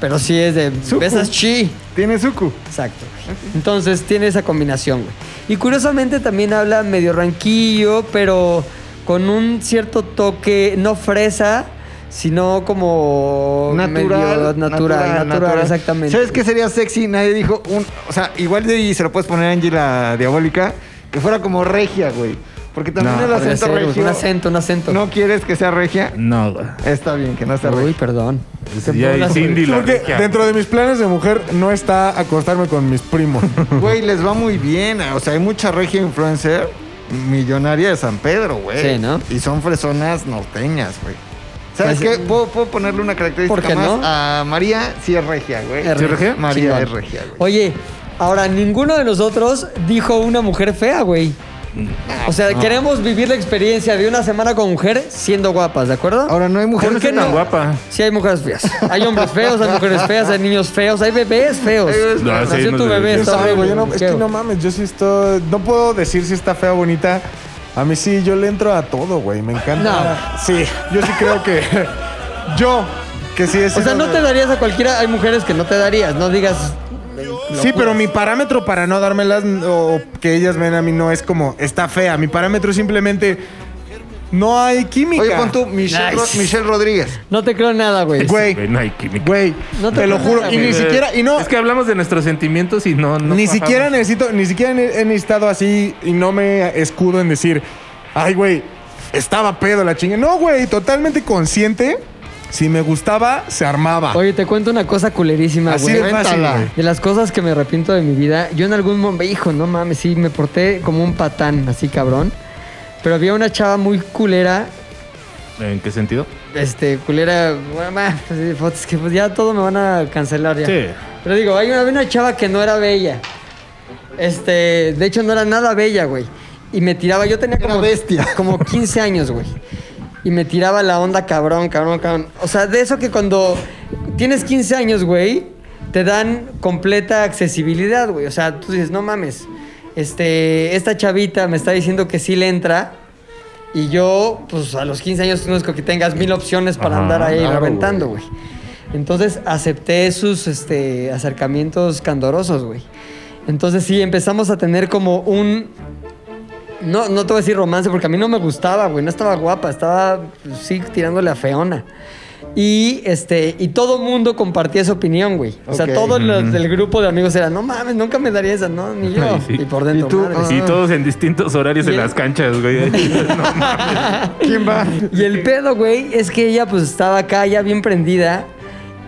Pero sí es de
Su
besas
Q.
chi.
Tiene suku.
Exacto. güey. Entonces tiene esa combinación, güey. Y curiosamente también habla medio ranquillo, pero con un cierto toque, no fresa, sino como
Natural,
medio natural, natural, exactamente.
¿Sabes qué sería sexy? Nadie dijo un. O sea, igual de ahí se lo puedes poner a Angela Diabólica, que fuera como regia, güey. Porque también
No,
el
Podría
acento
ser, güey,
regio.
Un acento, un acento.
¿No quieres que sea regia?
No, güey.
Está bien, que no sea
Uy,
regia.
perdón.
Sí, ya hay
pongas-
Cindy la
Porque
regia.
dentro de mis planes de mujer no está acostarme con
<laughs>
mis primos.
Güey, les va muy bien. O sea, hay mucha regia influencer millonaria de San Pedro, güey.
Sí, ¿no?
Y son fresonas norteñas, güey. ¿Sabes
Pues,
qué? ¿Puedo, puedo ponerle una característica
¿por qué
más?
no?
A María sí es regia, güey.
Es regia.
María
Chingón.
es regia, güey.
Oye, ahora ninguno de nosotros dijo una mujer fea, güey. O sea, queremos vivir la experiencia de una semana con mujer siendo guapas, ¿de acuerdo?
Ahora, no hay mujeres
¿Por qué
tan
no?
guapa.
Sí, hay mujeres feas. Hay hombres feos, hay mujeres feas, hay niños feos, hay bebés feos.
No, sí,
Nació
no
tu
sé.
bebé,
Yo
está
sabe, güey,
horrible,
yo no- es que
feo.
no mames, yo sí estoy. No puedo decir si está fea o bonita. A mí sí, yo le entro a todo, güey. Me encanta. Sí, yo sí creo que. <laughs> yo, que sí es.
O sea, no te darías a cualquiera. Hay mujeres que no te darías, no digas.
Sí, pero mi parámetro para no dármelas o que ellas ven a mí no es como está fea. Mi parámetro es simplemente no hay química.
Oye, pon tú Michelle,
Nice.
Ro- Michelle Rodríguez.
No te creo nada, güey.
Güey,
Güey, no hay química.
güey,
No te
te, lo
pasa
juro.
nada,
Y ni
güey.
siquiera, y no,
Es que hablamos de nuestros sentimientos y no. no
ni
bajamos.
siquiera necesito, ni siquiera he he necesitado así y no me escudo en decir, ay, güey, estaba pedo la chinga. No, güey, totalmente consciente. Si me gustaba, se armaba.
Oye, te cuento una cosa culerísima,
así
güey.
de fácil,
cuéntala.
güey.
De las cosas que me arrepiento de mi vida, yo en algún momento, hijo, no mames, sí, me porté como un patán, así cabrón. Pero había una chava muy culera,
¿En qué sentido?
este, culera, bueno, ma, pues, sí, fotos que pues ya todo me van a cancelar ya.
Sí.
Pero digo, hay una, había una chava que no era bella. Este, de hecho no era nada bella, güey. Y me tiraba, yo tenía como, bestia. como 15 años, güey. Y me tiraba la onda cabrón, cabrón, cabrón. O sea, de eso que cuando tienes 15 años, güey, te dan completa accesibilidad, güey. O sea, tú dices, no mames, este, esta chavita me está diciendo que sí le entra. Y yo, pues a los 15 años no es como que tengas mil opciones para
Ajá,
andar ahí
claro,
aventando, güey. Entonces acepté sus este, acercamientos candorosos, güey. Entonces sí, empezamos a tener como un... No, no te voy a decir romance porque a mí no me gustaba, güey. No estaba guapa, estaba pues, sí tirándole a feona. Y este y todo mundo compartía esa opinión, güey. O sea,
Ok.
todo el del grupo de amigos era, no mames, nunca me daría esa, no, ni yo.
Ay, sí.
Y por dentro,
¿Y tú?
madres.
Ah.
Y todos en distintos horarios en las canchas,
<laughs>
güey.
¿Quién va?
Y el pedo, güey, es que ella pues estaba acá ya bien prendida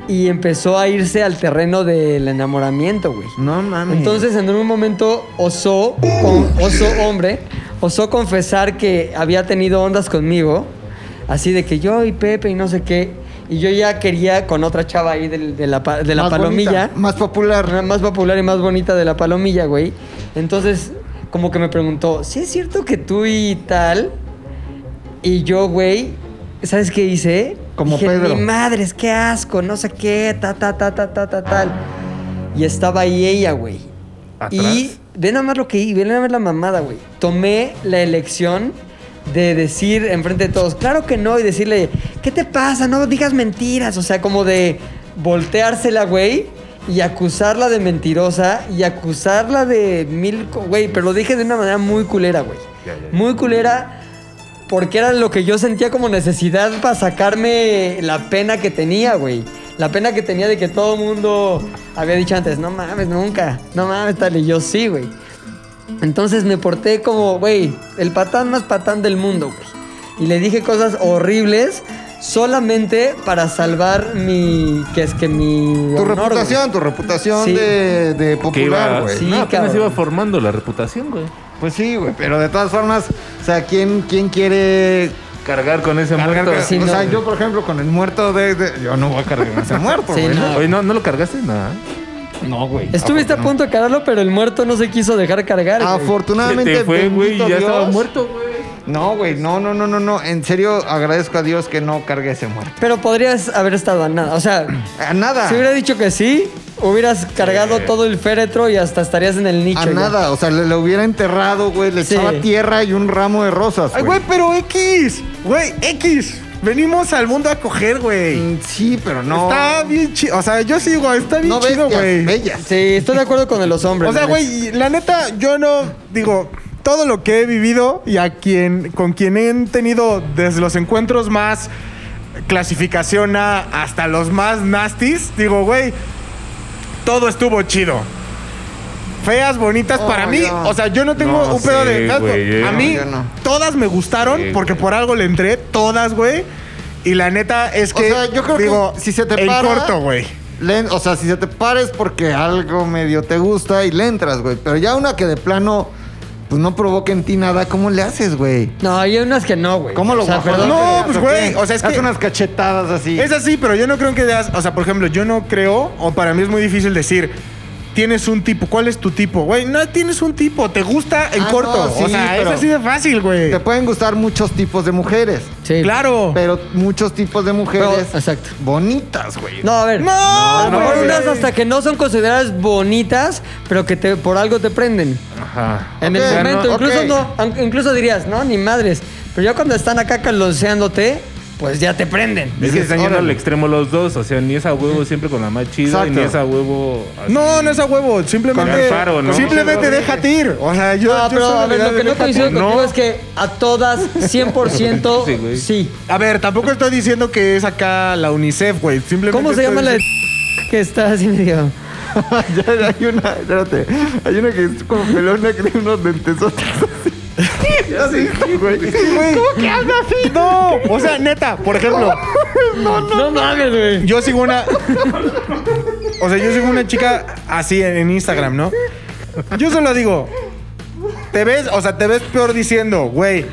y empezó a irse al terreno del enamoramiento, güey.
No mames.
Entonces en un momento osó, con- osó hombre, osó confesar que había tenido ondas conmigo, así de que yo y Pepe y no sé qué, y yo ya quería con otra chava ahí del- de, la, pa- de la
Más
palomilla.
bonita, más popular.
Más popular y más bonita de la palomilla, güey. Entonces, como que me preguntó, ¿sí es cierto que tú y tal? Y yo, güey, ¿sabes qué hice?
Como
Dije,
Pedro.
Mi madres, qué asco, no sé qué, ta, ta, ta, ta, ta, ta, tal. Y estaba ahí ella, güey. Y
Atrás.
ve nada más lo que hice, ve nada más la mamada, güey. Tomé la elección de decir enfrente de todos, claro que no, y decirle, ¿qué te pasa? No digas mentiras. O sea, como de volteársela, güey, y acusarla de mentirosa y acusarla de mil. co- Güey, pero lo dije de una manera muy culera, güey.
Ya, ya, ya.
Muy culera. Porque era lo que yo sentía como necesidad para sacarme la pena que tenía, güey. La pena que tenía de que todo el mundo había dicho antes, no mames, nunca. No mames, tal. Y yo sí, güey. Entonces me porté como, güey, el patán más patán del mundo, güey. Y le dije cosas horribles solamente para salvar mi. que es que mi.
Tu
honor, güey.
reputación, tu reputación
Sí.
de,
<laughs>
de
Que iba,
popular, güey.
Sí,
no, apenas
cabrón.
iba formando la reputación, güey.
Pues sí, güey, pero de todas formas, o sea, ¿quién, quién quiere
Cargar con ese
cargar?
muerto.
con-
Sí,
o
no.
sea, yo, por ejemplo, con el muerto de... de- yo no voy a cargar
<laughs>
con ese muerto,
Sí,
güey.
no.
Oye, ¿no, ¿no lo cargaste? Nada.
No, güey.
Estuviste a punto de cargarlo, pero el muerto no se quiso dejar cargar.
Ah,
güey.
Afortunadamente,
te fue, güey, y
bendito
ya estaba
Dios.
muerto, güey.
No, güey, no, no, no, no, no. En serio, agradezco a Dios que no cargue ese muerto.
Pero podrías haber estado a nada. O sea,
A nada.
si hubiera dicho que sí, hubieras cargado todo el féretro y hasta estarías en el nicho.
A
ya.
nada, o sea, le, le hubiera enterrado, güey, le
Sí.
echaba tierra y un ramo de rosas.
Ay, güey, pero X. Güey, X. Venimos al mundo a coger, güey.
Mm, Sí, pero no.
Está bien chido. O sea, yo sigo, está bien
no
chido,
bestias,
güey.
bellas.
Sí, estoy de acuerdo con el los hombres.
O sea,
la
güey, la neta, yo no. Digo, todo lo que he vivido y a quien, con quien he tenido desde los encuentros más clasificación A hasta los más nasties, digo, güey, todo estuvo chido. Feas, bonitas,
Oh,
para mí,
no.
o sea, yo no tengo
No
un pedo
sé,
de... tanto.
güey, eh.
a mí,
No, yo no.
todas me gustaron,
Sí,
porque
güey.
por algo le entré, todas, güey. Y la neta es
O
que,
sea, yo creo que
digo,
si se te
en
para-
corto, güey.
Le- o sea, si se te pares porque algo medio te gusta y le entras, güey. Pero ya una que de plano, pues no provoca en ti nada, ¿cómo le haces, güey?
No, hay unas que no, güey.
¿Cómo lo
O sea,
guajas?
perdón,
No,
pero-
pues, güey, o sea, es
Haz
que-
unas cachetadas así.
Es así, pero yo no creo que das. O sea, por ejemplo, yo no creo, o para mí es muy difícil decir. Tienes un tipo, ¿cuál es tu tipo? Güey, no tienes un tipo, te gusta en
Ah,
corto.
no, sí,
o sea, es
pero-
así de fácil, güey.
Te pueden gustar muchos tipos de mujeres,
Sí.
Claro.
pero muchos tipos de mujeres
Pero- exacto.
bonitas, güey.
No, a ver.
No,
a lo mejor
güey.
unas hasta que no son consideradas bonitas, pero que te, por algo te prenden.
Ajá.
En
Ok,
el momento,
no,
incluso
ok.
no, aun- incluso dirías, no, ni madres. Pero ya cuando están acá calonceándote, pues ya te prenden.
Es que
Dices,
están yendo al
órale.
exacto. extremo los dos. O sea, ni esa huevo siempre con la más chida,
Exacto.
ni esa huevo. así.
No, no es a huevo. Simplemente.
Con el faro, ¿no?
Simplemente déjate ir. O sea, yo.
No,
yo
Ah, pero
soy
a ver,
de
lo que no
déjate
coincido
ir.
contigo
No.
es que a todas 100%
Sí,
sí.
güey.
A ver, tampoco estoy diciendo que es acá la UNICEF, güey. Simplemente.
¿Cómo se
estoy
llama la de <laughs>
diciendo-
que está así medio?
Ya <laughs> hay una, espérate, hay una que es como pelona que tiene unos dentesotes así.
<laughs>
Así, güey. ¿Cómo que habla así?
No, o sea, neta, por ejemplo.
Oh,
No mames, güey.
Yo sigo una. O sea, yo sigo una chica así en en Instagram, ¿no? Yo solo digo. Te ves, o sea, te ves peor diciendo, güey.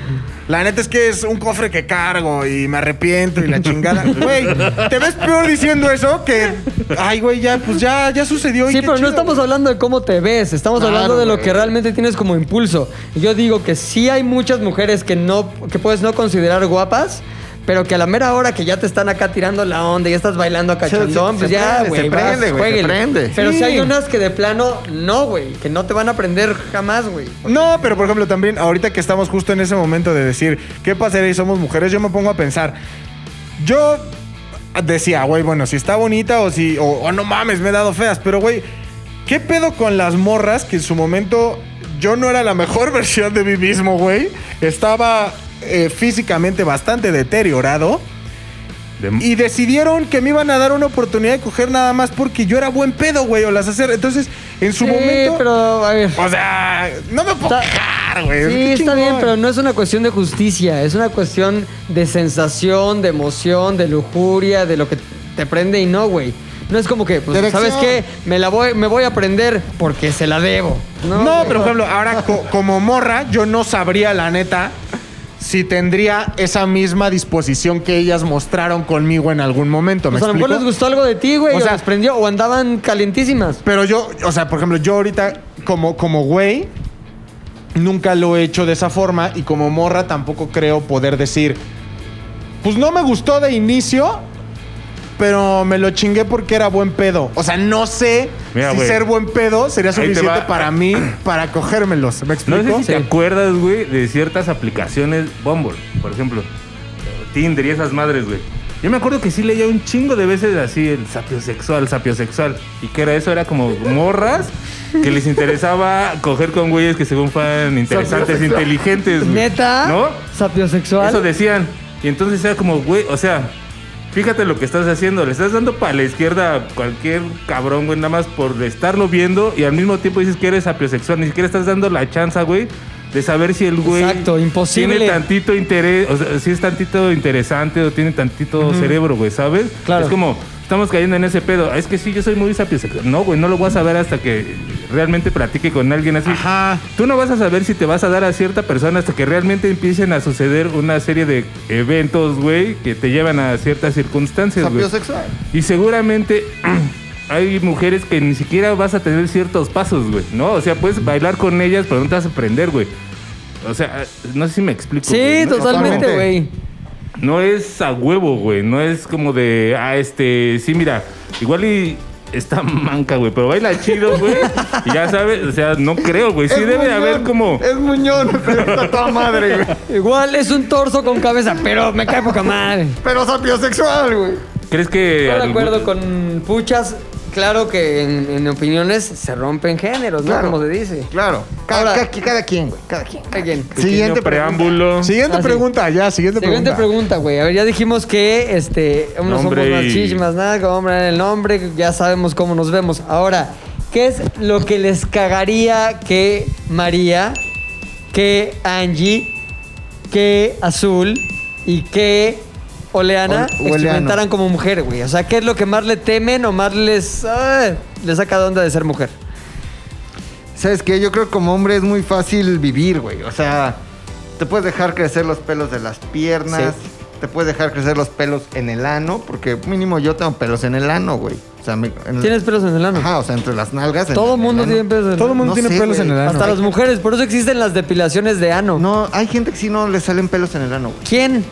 La neta es que es un cofre que cargo y me arrepiento y la chingada. Güey, te ves peor diciendo eso que. Ay, güey, ya, pues ya, ya sucedió. y
Sí,
qué
pero no
chido,
estamos hablando de cómo te ves, estamos
Claro,
hablando de lo
güey.
que realmente tienes como impulso. Y Yo digo que sí hay muchas mujeres que no que puedes no considerar guapas, pero que a la mera hora que ya te están acá tirando la onda y ya estás bailando a
Se-
cachondón,
se-
pues
se
ya,
prende,
güey,
se
vas,
prende, güey, se
juéguele.
prende.
Pero
Sí.
sí hay unas que de plano no, güey, que no te van a aprender jamás, güey.
No, pero por ejemplo, también ahorita que estamos justo en ese momento de decir, ¿qué pasaría si somos mujeres? Yo me pongo a pensar. Yo decía, güey, bueno, si está bonita o si. O, o no mames, me he dado feas, pero güey, ¿qué pedo con las morras que en su momento yo no era la mejor <laughs> versión de mí mismo, güey? Estaba eh, físicamente bastante deteriorado.
De-
Y decidieron que me iban a dar una oportunidad de coger nada más porque yo era buen pedo, güey, o las hacer. Entonces, en su
sí,
momento.
pero a ver.
O sea, no me puedo
Está-
quejar, güey.
Sí,
Qué
está
chingón.
bien, pero no es una cuestión de justicia, es una cuestión de sensación, de emoción, de lujuria, de lo que te prende y no, güey. No es como que, pues,
Dirección.
¿sabes qué? Me la voy, me voy a prender porque se la debo. No,
No,
güey.
pero por ejemplo, ahora co- como morra, yo no sabría, la neta, si tendría esa misma disposición que ellas mostraron conmigo en algún momento. ¿Me
Pues, a lo mejor les
explico?
gustó algo de ti, güey,
O
o,
sea-
las prendió, o andaban calientísimas.
Pero yo, o sea, por ejemplo, yo ahorita, como, como güey, nunca lo he hecho de esa forma y como morra tampoco creo poder decir, pues no me gustó de inicio, pero me lo chingué porque era buen pedo. O sea, no sé
Mira,
si
güey.
ser buen pedo sería
Ahí te
suficiente
va.
para mí para cogérmelos. ¿Me explico?
No sé si te
Sí.
acuerdas, güey, de ciertas aplicaciones, Bumble, por ejemplo, Tinder y esas madres, güey. Yo me acuerdo que sí leía un chingo de veces así el sapiosexual, sapiosexual. Y que era eso, era como morras que les interesaba coger con güeyes que según fueran interesantes, inteligentes, güey.
Neta,
¿No?
sapiosexual.
Eso decían. Y entonces era como, güey, o sea, fíjate lo que estás haciendo. Le estás dando para la izquierda a cualquier cabrón, güey, nada más por estarlo viendo y al mismo tiempo dices que eres apiosexual. Ni siquiera estás dando la chance, güey, de saber si el güey
Exacto, imposible.
tiene tantito interés, o sea, si es tantito interesante o tiene tantito cerebro, güey, ¿sabes?
Claro.
Es como, estamos cayendo en ese pedo. Ah, Es que sí, yo soy muy sapiosexual. No, güey, no lo vas a ver hasta que realmente platique con alguien así.
Ajá.
Tú no vas a saber si te vas a dar a cierta persona hasta que realmente empiecen a suceder una serie de eventos, güey, que te llevan a ciertas circunstancias, güey.
Sapio sexual.
Y seguramente <clears throat> hay mujeres que ni siquiera vas a tener ciertos pasos, güey, ¿no? O sea, puedes bailar con ellas, pero no te vas a aprender, güey. O sea, no sé si me explico.
Sí,
güey. No-
totalmente,
totalmente.
güey.
No es a huevo, güey. No es como de, ah, este, sí, mira, igual y está <laughs> manca, güey, pero baila chido, güey. Y ya sabes, o sea, no creo, güey. Sí
Es
debe de
muñón,
haber como...
Es muñón, <laughs> pero está toda madre, güey.
Igual es un torso con cabeza, pero me cae poca madre.
Pero sapiosexual, güey.
¿Crees
Estoy
que...
de
algún-
acuerdo con Puchas. Claro que en, en opiniones se rompen géneros, ¿no?
Claro.
Como se dice.
Claro. Cada,
Ahora-
cada- cada quien, güey. Cada quien.
Alguien.
Pequeño
Siguiente
preámbulo.
Siguiente
Ah, sí.
pregunta, ya, siguiente,
Siguiente
pregunta.
pregunta, güey. A ver, ya dijimos que este, unos
Nombre
somos más
y-
chichis, más nada, como hombre el nombre, ya sabemos cómo nos vemos. Ahora, ¿qué es lo que les cagaría que María, que Angie, que Azul y que Oleana
Ol- Oleano.
experimentaran como mujer, güey? O sea, ¿qué es lo que más le temen o más les, ah, les saca de onda de ser mujer?
¿Sabes qué? Yo creo que como hombre es muy fácil vivir, güey. O sea, te puedes dejar crecer los pelos de las piernas.
Sí.
Te puedes dejar crecer los pelos en el ano, porque mínimo yo tengo pelos en el ano, güey. O sea, me- en el-
¿Tienes pelos en el ano?
Ajá, o sea, entre las nalgas. en-
Todo
en
mundo
ano.
tiene pelos en el
Todo
ano.
mundo
No
tiene
sé,
pelos en
güey.
el ano.
Hasta las mujeres, por eso existen las depilaciones de ano.
No, hay gente que sí no le salen pelos en el ano, güey.
¿Quién?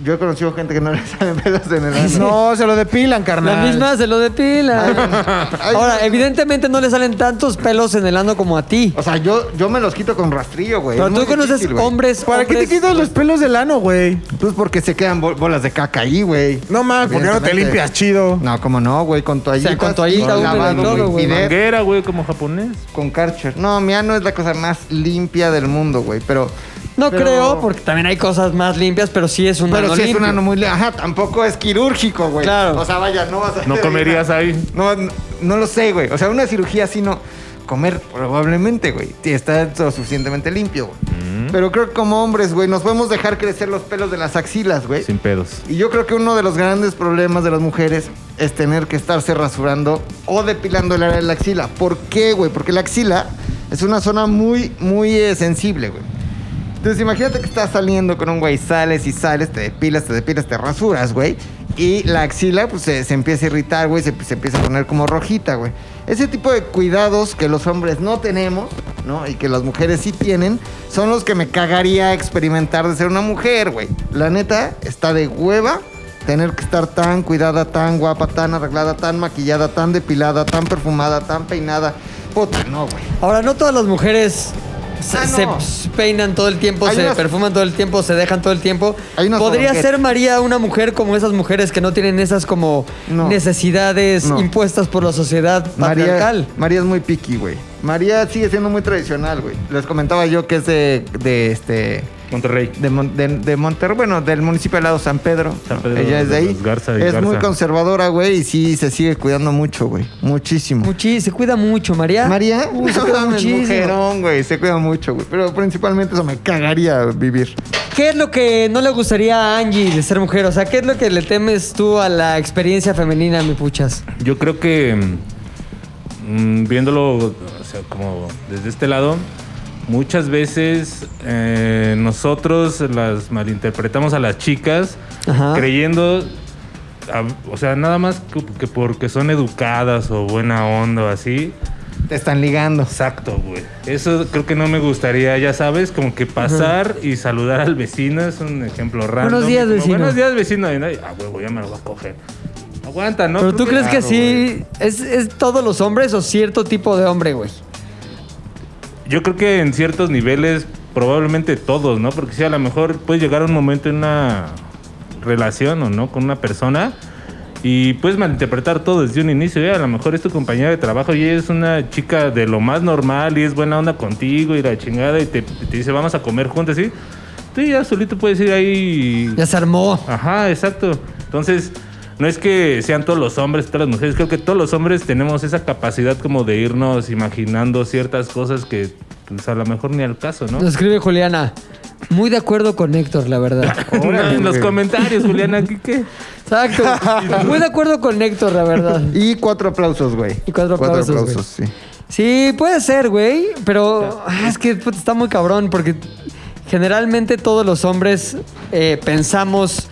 Yo he conocido gente que no le <laughs> salen pelos en el
<laughs>
ano.
No, se lo depilan, carnal.
La misma se lo depila.
Ay,
Ahora,
no.
evidentemente no le salen tantos pelos en el ano como a ti.
O sea, yo, yo me los quito con rastrillo, güey.
Pero
Es
tú
muy
conoces
difícil, güey.
hombres,
¿Para qué te
hombres-
quitas los pelos del ano, güey?
Pues porque se quedan bol- bolas de caca ahí, güey.
No mames, porque no te
Evidentemente.
limpias chido.
No, como no, güey, con toallitas.
con toallita,
con
húmedo y
lavado,
todo,
güey.
güey.
Y de-
Manguera, güey, como japonés.
con Karcher. No, mi ano es la cosa más limpia del mundo, güey. Pero.
No
pero-
creo, porque también hay cosas más limpias, pero sí es un
Pero
ano
sí es un
limpio.
ano muy. li- Ajá, tampoco es quirúrgico, güey.
Claro.
O sea, vaya, no vas a.
No comerías ahí.
No, no, no lo sé, güey. O sea, una cirugía así no. Comer probablemente, güey. Sí, está lo suficientemente limpio, güey.
Mm.
Pero creo que como hombres, güey, nos podemos dejar crecer los pelos de las axilas, güey.
Sin pedos.
Y yo creo que uno de los grandes problemas de las mujeres es tener que estarse rasurando o depilando el área de la axila. ¿Por qué, güey? Porque la axila es una zona muy, muy eh, sensible, güey. Entonces imagínate que estás saliendo con un güey, sales y sales, te depilas, te depilas, te rasuras, güey. Y la axila pues se, se empieza a irritar, güey, se, se empieza a poner como rojita, güey. Ese tipo de cuidados que los hombres no tenemos, ¿no? Y que las mujeres sí tienen, son los que me cagaría experimentar de ser una mujer, güey. La neta, está de hueva tener que estar tan cuidada, tan guapa, tan arreglada, tan maquillada, tan depilada, tan perfumada, tan peinada. Puta, no, güey.
Ahora, no todas las mujeres se,
Ah,
se
no.
peinan todo el tiempo,
Hay
se
unas-
perfuman todo el tiempo, se dejan todo el tiempo.
Hay unas
¿Podría
como-
ser María una mujer como esas mujeres que no tienen esas como
No.
necesidades
No.
impuestas por la sociedad
María,
patriarcal?
María es muy picky, güey. María sigue siendo muy tradicional, güey. Les comentaba yo que es de, de este
Monterrey.
de, Mon- de- de Monterrey, bueno, del municipio al lado San Pedro.
San Pedro
Ella es de
de
ahí.
los Garza y
es muy
Garza.
conservadora, güey, y sí se sigue cuidando mucho, güey. Muchísimo.
Muchi- se cuida mucho, María.
María,
Uy, se
<laughs> no
cuida
mames,
muchísimo.
mujerón, güey, se cuida mucho, güey. Pero principalmente eso me cagaría vivir.
¿Qué es lo que no le gustaría a Angie de ser mujer? O sea, ¿qué es lo que le temes tú a la experiencia femenina, mi puchas?
Yo creo que mm, mm, viéndolo o sea, como desde este lado, muchas veces eh, nosotros las malinterpretamos a las chicas
Ajá.
creyendo, a- o sea, nada más que, que porque son educadas o buena onda o así.
Te están ligando.
Exacto, güey. Eso creo que no me gustaría, ya sabes, como que pasar y saludar al vecino es un ejemplo raro.
Buenos días, vecino.
Buenos días, vecino. Y nadie, ah, huevo, ya me lo voy a coger. Aguanta, ¿no?
¿Pero tú
Creo
crees que
Claro, güey.
sí es, es todos los hombres o cierto tipo de hombre, güey?
Yo creo que en ciertos niveles, probablemente todos, ¿no? Porque sí, a lo mejor puedes llegar a un momento en una relación o no con una persona y puedes malinterpretar todo desde un inicio. ¿eh? A lo mejor es tu compañera de trabajo y ella es una chica de lo más normal y es buena onda contigo y la chingada y te, te dice vamos a comer juntos, ¿sí? Tú ya solito puedes ir ahí. y-
Ya se armó.
Ajá, exacto. Entonces, no es que sean todos los hombres, todas las mujeres. Creo que todos los hombres tenemos esa capacidad como de irnos imaginando ciertas cosas que pues a lo mejor ni al caso, ¿no?
Nos escribe Juliana. Muy de acuerdo con Héctor, la verdad.
<laughs> Órale, en los güey. comentarios, Juliana, ¿qué,
Exacto. Muy de acuerdo con Héctor, la verdad.
Y cuatro aplausos, güey.
Y cuatro aplausos.
Cuatro
güey.
aplausos, sí.
Sí, puede ser, güey, pero ah, es que puta, está muy cabrón porque generalmente todos los hombres eh, pensamos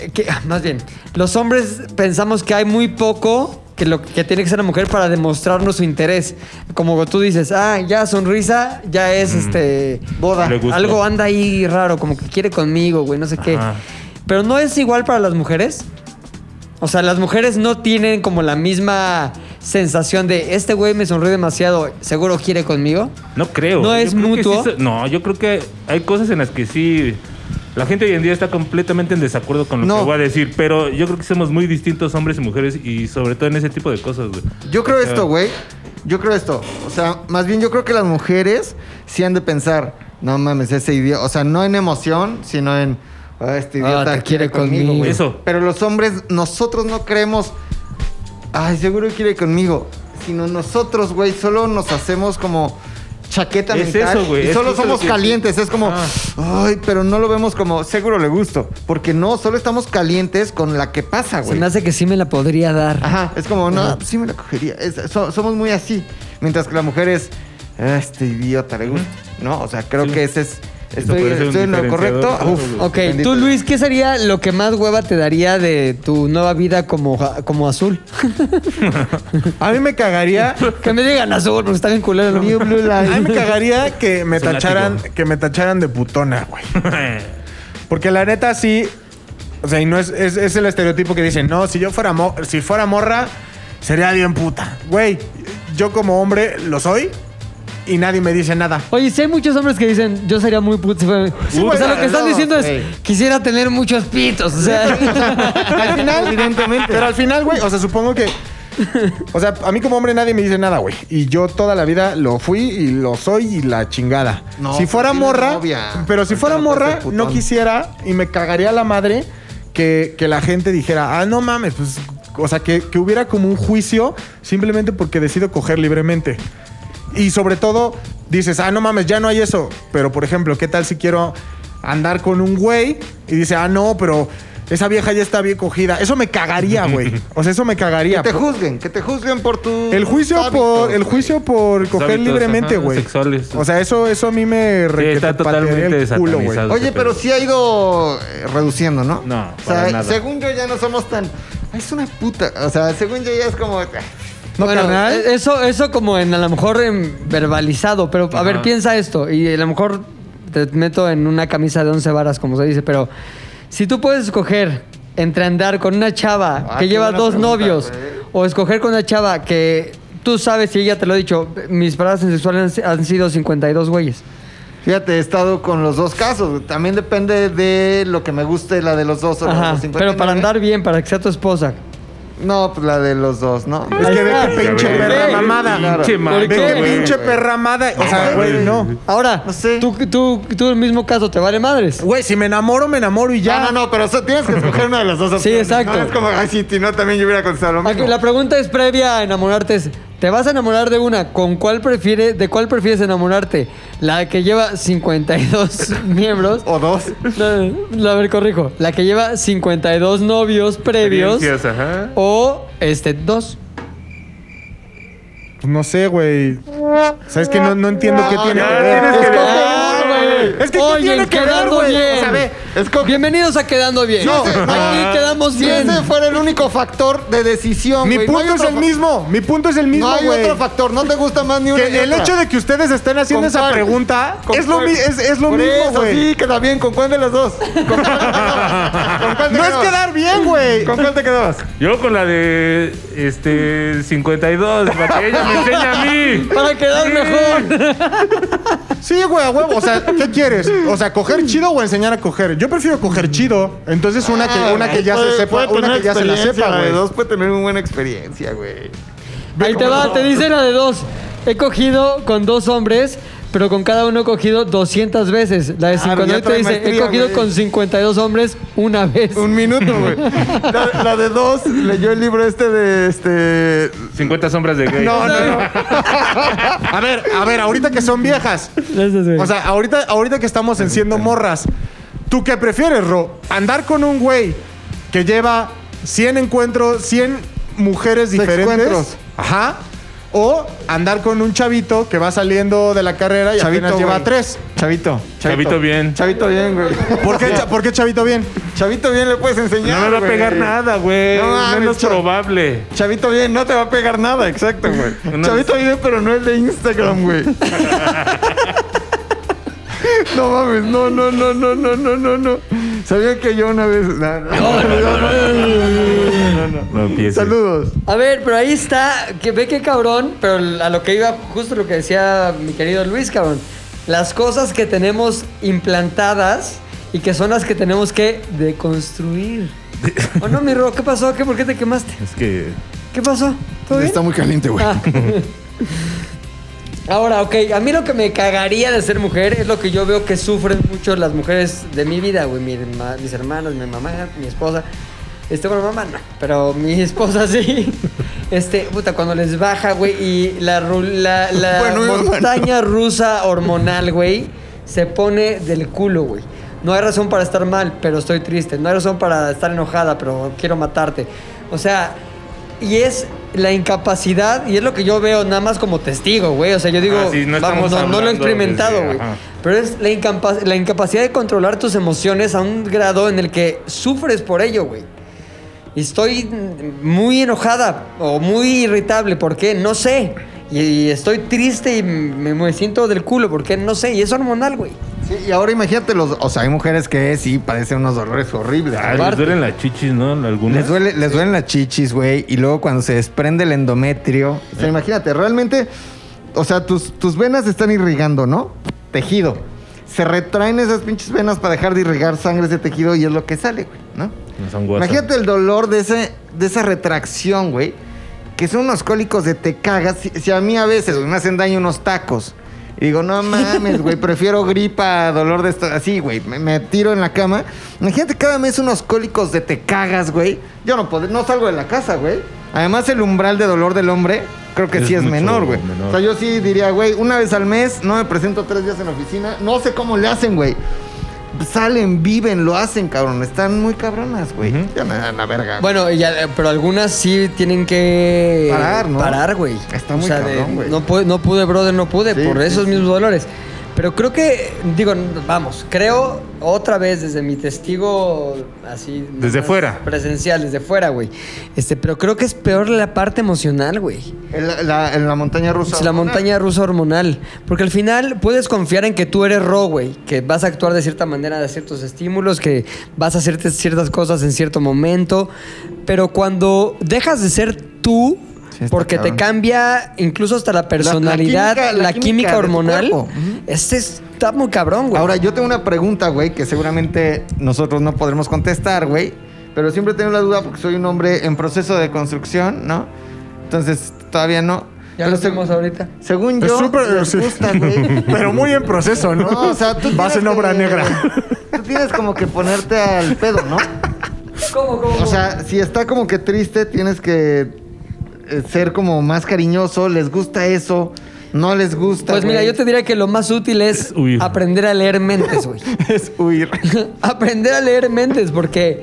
eh, que, más bien, los hombres pensamos que hay muy poco que lo que tiene que ser la mujer para demostrarnos su interés. Como tú dices, ah, ya sonrisa, ya es este boda,
Le gustó.
algo anda ahí raro, como que quiere conmigo, güey, no sé qué.
Ajá.
Pero no es igual para las mujeres. O sea, las mujeres no tienen como la misma sensación de este güey me sonríe demasiado, seguro quiere conmigo.
No creo.
¿No es
creo que
mutuo?
sí se- no, yo creo que hay cosas en las que sí. La gente hoy en día está completamente en desacuerdo con lo
No.
que voy a decir, pero yo creo que somos muy distintos hombres y mujeres y sobre todo en ese tipo de cosas, güey.
Yo creo esto,
Ah.
güey. Yo creo esto. O sea, más bien yo creo que las mujeres sí han de pensar, no mames, ese idiota. O sea, no en emoción, sino en, "Ah, este
Ah,
idiota
te quiere
quiere
conmigo".
conmigo, güey.
Eso.
<laughs> Pero los hombres, nosotros no creemos, ay, seguro quiere conmigo. Sino nosotros, güey, solo nos hacemos como chaqueta
Es
mental.
eso, güey,
Y
es
solo
justo
somos
lo que-
calientes. Es como,
Ajá.
ay, pero no lo vemos como, seguro le gusto. Porque no, solo estamos calientes con la que pasa,
Se
güey.
me hace que sí me la podría dar.
Ajá, es como, no,
Ajá.
pues sí me la cogería. Es- so- somos muy así. Mientras que la mujer es, "Ah, este idiota le gusta. No, o sea, creo
Sí.
que ese es.
Eso
Estoy,
puede ser un
estoy en lo
diferenciador.
correcto.
Claro,
Uf,
güey.
Ok,
bendito
tú
Dios.
Luis, ¿qué sería lo que más hueva te daría de tu nueva vida como, como
<laughs>
azul?
A mí me cagaría.
<laughs> que me digan azul, porque está bien culero. ¿no?
New Blue
A mí
<laughs>
me
<laughs> Line.
cagaría que me
Es un
tacharan,
látigo.
que me tacharan de putona, güey. Porque la neta sí. O sea, y no es, es, es el estereotipo que dicen, no, si yo fuera mo- si fuera morra, sería bien puta. Güey, yo como hombre lo soy y nadie me dice nada.
Oye, sí hay muchos hombres que dicen, yo sería muy puto. si fuera- o
güey,
sea, lo que están
no,
diciendo
güey.
es, quisiera tener muchos pitos. O <laughs> sea,
Al final,
Evidentemente.
Pero al final, güey, o sea, supongo que. O sea, a mí como hombre nadie me dice nada, güey. Y yo toda la vida lo fui y lo soy y la chingada.
No,
si fuera
tienes
morra.
novia.
Pero si
Ahorita
fuera
no puedes
morra,
ser putón.
no quisiera y me cagaría la madre que, que la gente dijera, ah, no mames, pues. O sea, que, que hubiera como un juicio simplemente porque decido coger libremente. Y sobre todo, dices, ah, no mames, ya no hay eso. Pero, por ejemplo, ¿qué tal si quiero andar con un güey? Y dice, ah, no, pero esa vieja ya está bien cogida. Eso me
<laughs>
cagaría, güey. O sea, eso me
Que
cagaría.
Este
te juzguen, que te juzguen por tu.
El juicio
hábitos,
por, el
güey.
juicio por coger
hábitos,
libremente,
ajá,
güey.
sexuales.
O sea, eso, eso a mí me requete
está totalmente
patearía el culo, güey.
satanizado.
Oye, pero sí ha ido eh, reduciendo, ¿no?
No,
O sea,
para nada.
según yo ya no somos tan. "Ay, Es una puta. O sea, según yo ya es como. "Ah,
No,
bueno,
carnal.
eh, eso, eso como en a lo mejor en verbalizado, pero a
Ajá.
ver, piensa esto, y a lo mejor te meto en una camisa de once varas, como se dice, pero si tú puedes escoger entre andar con una chava
Ah,
que
qué
lleva
buena
dos
pregunta,
novios,
güey.
o escoger con una chava que tú sabes, y ella te lo ha dicho, mis palabras sexuales han, han sido 52 güeyes.
Fíjate, he estado con los dos casos. También depende de lo que me guste, la de los dos o la de
Ajá,
los 59.
pero para andar bien, para que sea tu esposa.
No, pues la de los dos, ¿no?
Es que ve
Ahí
qué
está.
pinche
Ya ves.
perra mamada.
Claro.
Pinche
Ve
manco,
qué
güey.
pinche perra mamada. O sea, güey, no.
Ahora,
No sé.
tú, tú, tú en el mismo caso, ¿te vale madres?
Güey, si me enamoro, me enamoro y ya.
Ya, no, no, pero eso tienes que escoger una de las dos opciones.
exacto.
No es como, ay, si no, también yo hubiera contestado
Ah,
lo mismo.
Aquí, La pregunta es previa a enamorarte. es, ¿Te vas a enamorar de una? ¿Con cuál prefiere, ¿De cuál prefieres enamorarte? ¿La que lleva
<laughs>
52 miembros?
O dos.
No, no, a ver, corrijo. ¿La que lleva 52 novios previos?
Experiencias, ajá.
¿O este, dos?
Pues
No sé, güey. ¿Sabes que no, no entiendo qué tiene
ya
que ver.
tienes que
Escoge-
ver.
Ah, güey.
Es que ¿qué
Oye,
tiene que ver,
quedando
güey?
bien.
O sea, ve,
escoge-
Bienvenidos a Quedando Bien.
No,
Aquí
no.
quedamos
Si
bien.
ese fuera el único factor de decisión,
Mi
güey, no
punto
hay
es
otro
el
fa-
mismo. Mi punto es el mismo,
No hay
güey.
otro factor, no te gusta más ni una ni
Que el
otra.
hecho de que ustedes estén haciendo
Con
esa
cuál.
pregunta
¿Con
es lo,
cuál?
mi- es, es lo
Por
mismo,
eso,
güey.
Sí, queda bien, ¿con cuál de las dos? ¿Con cuál <laughs> te quedabas? ¿Con cuál te
No es
quedabas?
quedar bien, güey.
¿Con cuál te quedabas?
Yo con la de este 52, para que ella me enseñe a mí.
Para quedar mejor.
Sí, güey, a huevo. O sea, ¿qué quieres? O sea, ¿coger chido o enseñar a coger? Yo prefiero coger chido. Entonces una que, una que ya
Ah, Puede-
se sepa,
puede
una
tener
que ya se la
experiencia,
sepa,
la de
güey.
dos puede tener muy buena experiencia, güey.
Ahí te va, te dice la de dos. He cogido con dos hombres, pero con cada uno he cogido 200 veces. La de
Ah, ya
59 te
trae
dice, he
maestría,
cogido
güey.
con 52 hombres una vez.
Un minuto, güey. La, la de dos leyó el libro este de este.
50 sombras de gay.
No, no, no. <laughs> A ver, a ver, ahorita que son viejas. O sea, ahorita, ahorita que estamos en siendo morras, ¿tú qué prefieres, Ro? ¿Andar con un güey que lleva 100 encuentros, 100 mujeres diferentes?
Sexcuentros.
Ajá. O andar con un chavito que va saliendo de la carrera y apenas lleva
güey.
tres.
Chavito.
Chavito bien.
Chavito bien, güey.
¿Por qué, cha- por qué chavito bien?
Chavito bien le puedes enseñar.
No me va a
güey.
pegar nada, güey.
No mames,
Menos
cha-
probable.
Chavito bien, no te va a pegar nada,
<laughs>
exacto, güey.
Una-
Chavito bien, pero no el de Instagram, güey. no mames, no, no, no, no, no, no, no, no. Sabía que yo una vez. No, no, no, no, no, no, no.
No empieces.
Saludos.
A ver, pero ahí está, que ve qué cabrón, pero a lo que iba, justo lo que decía mi querido Luis, cabrón. Las cosas que tenemos implantadas y que son las que tenemos que
<laughs>
deconstruir. ¿O no, mi Ro? ¿Qué pasó? ¿Qué, ¿Por qué te quemaste?
Es que.
¿Qué pasó? ¿Todo
Este,
bien?
Está muy caliente, güey.
Ah. <laughs> Ahora, ok, a mí lo que me cagaría de ser mujer es lo que yo veo que sufren mucho las mujeres de mi vida, güey. Mi herma- mis hermanas, mi mamá, mi esposa. Este, bueno, mamá no, pero mi <laughs> esposa sí. Este, puta, cuando les baja, güey, y la, ru- la, la
<laughs> Bueno, mi mamá no.
montaña rusa hormonal, güey, se pone del culo, güey. No hay razón para estar mal, pero estoy triste. No hay razón para estar enojada, pero quiero matarte. O sea, y es la incapacidad, y es lo que yo veo nada más como testigo, güey. O sea, yo digo,
Ah, sí, no
vamos,
estamos
no, no lo he
hablando
experimentado,
desde-
güey.
ajá.
Pero es la, incapa- la incapacidad de controlar tus emociones a un grado en el que sufres por ello, güey. Y estoy muy enojada o muy irritable, ¿por qué? No sé. Y, y estoy triste y me, me siento del culo, ¿por qué? No sé. Y es hormonal, güey.
Sí, y ahora imagínate los. O sea, hay mujeres que sí padecen unos dolores horribles.
Ah,
güey.
les duelen las chichis, ¿no? Algunas.
Les, duele, les duelen las chichis, güey. Y luego cuando se desprende el endometrio. O sea, imagínate, realmente. O sea, tus, tus venas están irrigando, ¿no? Tejido. Se retraen esas pinches venas para dejar de irrigar sangre ese tejido y es lo que sale, güey, ¿no?
Son guasas.
Imagínate el dolor de, ese, de esa retracción, güey. Que son unos cólicos de te cagas. Si, si a mí a veces güey, me hacen daño unos tacos. Y digo, no mames, güey, prefiero gripa, a dolor de esto. Así, güey, me, me tiro en la cama. Imagínate cada mes unos cólicos de te cagas, güey. Yo no, pod- no salgo de la casa, güey. Además, el umbral de dolor del hombre creo que
Es
sí es
mucho
menor, güey.
menor.
O sea, yo sí diría, güey, una vez al mes, no me presento tres días en la oficina. No sé cómo le hacen, güey salen, viven, lo hacen, cabrón. Están muy cabronas, güey. Ya me dan la verga.
Bueno, y ya- eh, pero algunas sí tienen que
Parar, ¿no?
parar, güey.
Está
de-
muy cabrón, güey.
No pude, no pude, brother, no pude
Sí,
por
sí,
esos
sí.
mismos dolores. Pero creo que digo, vamos, creo otra vez desde mi testigo así
Desde
más
fuera.
presencial, desde fuera, güey. Este, pero creo que es peor la parte emocional, güey.
en, la, la- en la montaña rusa.
Es la montaña rusa hormonal. Porque al final puedes confiar en que tú eres Ro, güey. Que vas a actuar de cierta manera de ciertos estímulos, que vas a hacer ciertas cosas en cierto momento. Pero cuando dejas de ser tú,
Sí, está
porque
cabrón.
te cambia incluso hasta la personalidad, la,
química- la
química,
química de tu
hormonal,
cuerpo.
este está muy cabrón,
Pues
güey.
Ahora, yo tengo una pregunta, güey, que seguramente nosotros no podremos contestar, güey. Pero siempre tengo la duda porque soy un hombre en proceso de construcción, ¿no? Entonces, todavía no.
ya lo hacemos ahorita.
Según
Es
yo,
súper-
les
sí.
gusta,
<laughs>
güey.
Pero muy en proceso, ¿no?
No, o sea, tú
Vas
tienes
en obra
que-
negra.
Tú tienes como que ponerte al pedo, ¿no?
¿Cómo, cómo?
O sea, si está como que triste, tienes que eh, ser como más cariñoso. ¿Les gusta eso? ¿No les gusta?
Pues mira,
güey?
yo te diría que lo más útil es
huir.
aprender a leer mentes,
<laughs>
güey.
<laughs> Es huir.
<laughs> aprender a leer mentes, porque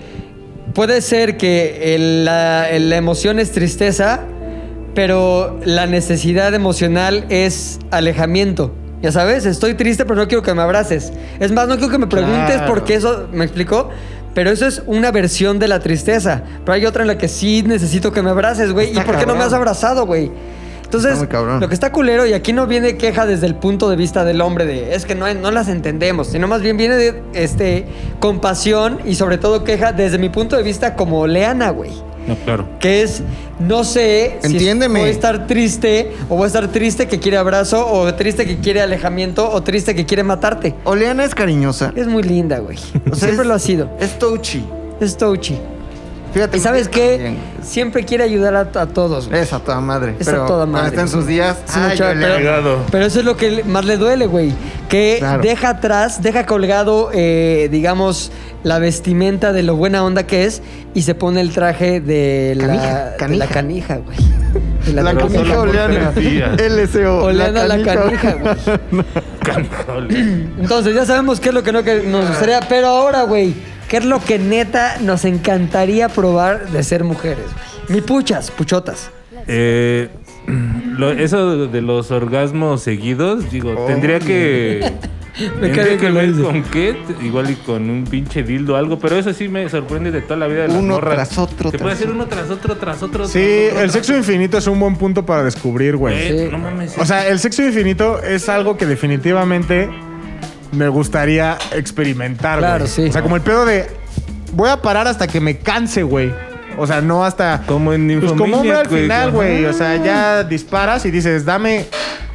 puede ser que el- la, el- la emoción es tristeza, pero la necesidad emocional es alejamiento. Ya sabes, estoy triste, pero no quiero que me abraces. Es más, no quiero que me preguntes
Claro.
por qué eso, ¿me explicó? Pero eso es una versión de la tristeza. Pero hay otra en la que sí necesito que me abraces, güey. ¿Y
Está
por qué no me
cabrón.
has abrazado, güey? Entonces,
Está muy cabrón.
lo que está culero, y aquí no viene queja desde el punto de vista del hombre de es que no, no las entendemos, sino más bien viene de este, compasión y sobre todo queja desde mi punto de vista como Leana, güey.
No, claro.
Que es, no sé
Entiéndeme.
si voy a estar triste o voy a estar triste que quiere abrazo o triste que quiere alejamiento o triste que quiere matarte.
Oleana es cariñosa.
Es muy linda, güey.
O sea,
Siempre
es-
lo ha sido.
Es touchy.
Es touchy.
Fíjate,
Y sabes qué?
también.
Siempre quiere ayudar a, a todos. güey.
Es a toda madre.
Es
pero
a toda
cuando
madre.
está en sus
güey.
días.
Es una
ay,
chava,
yo le
pero,
ayudo.
pero eso es lo que le- más le duele, güey. Que
Claro.
deja atrás, deja colgado, eh, digamos, la vestimenta de lo buena onda que es y se pone el traje de la
Canija,
de
canija.
la canija, güey. De
La
droga.
canija oleana. LSO.
Oleana la canija, güey.
Canijole.
Entonces, ya sabemos qué es lo que no que nos gustaría, pero ahora, güey, qué es lo que neta nos encantaría probar de ser mujeres. güey? Mi puchas, puchotas.
Eh, <clears throat> lo- eso de los orgasmos seguidos, digo,
Oh,
tendría
<laughs>
que.
Me cae
tendría
bien
que
que lo
ver
dices.
con qué, t- igual y con un pinche dildo o algo, pero eso sí me sorprende de toda la vida de las
Uno
morras.
tras otro,
Se
tras
puede hacer uno tras otro, tras otro.
Sí,
tras otro, tras
el sexo infinito es un buen punto para descubrir, güey.
Eh, No mames.
O sea, el sexo infinito es algo que definitivamente me gustaría experimentar, güey.
Claro, sí.
O sea, como el pedo de voy a parar hasta que me canse, güey. O sea, no hasta
Como en
Pues como hombre
Nymphomaniac,
al final, güey. O
Ajá.
sea, ya disparas y dices, dame.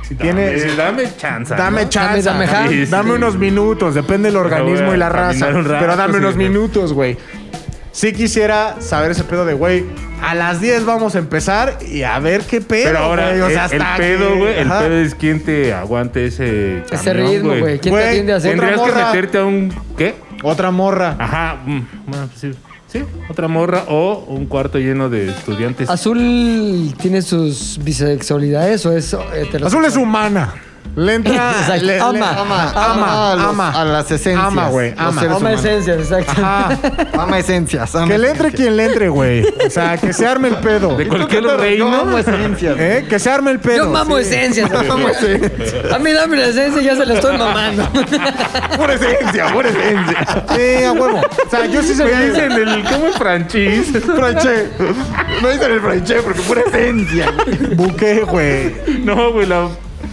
Si
Dame,
tienes.
dame chance.
Dame
¿no?
chance.
Dame- dame
Dame,
chance.
unos minutos, depende del organismo
voy a
y la raza.
caminar un rato,
pero dame
sí,
unos
güey.
minutos, güey. Sí quisiera saber ese pedo de, güey, a las 10 vamos a empezar y a ver qué pedo.
Pero ahora,
güey. O sea,
el, el
hasta
pedo,
que-
güey, el
Ajá.
pedo es quién te aguante ese.
Ese
camión,
ritmo, güey. ¿Quién
Güey,
te atiende a hacer?
Tendrías que
morra.
meterte a un. ¿Qué?
Otra morra.
Ajá. mm, bueno, pues sí. Sí, otra morra o un cuarto lleno de estudiantes.
Azul tiene sus bisexualidades o es heterosexual?
Azul es humana. Le
<laughs>
entra.
Exacto.
le- le-
Ama,
ama,
ama
ama,
a los-
ama.
a las esencias,
Ama, güey.
los
Ama.
seres-
Ama
humano.
esencias, exacto.
Ajá.
<laughs> Ama esencias. ama
Que le entre
esencias.
quien le entre, güey. O sea, que se arme el pedo.
De cualquier
Yo amo
reino.
esencias.
¿Eh? Que se arme el pedo.
Yo mamo
Sí.
esencias. A mí dame la esencia y ya se la estoy mamando.
Pura esencia, pura esencia. Sí, a huevo. O sea, yo sí se
Me dicen el. ¿Cómo es franchise? <laughs>
Franche. No dicen el franche porque pura esencia. Buque, güey.
No, güey, la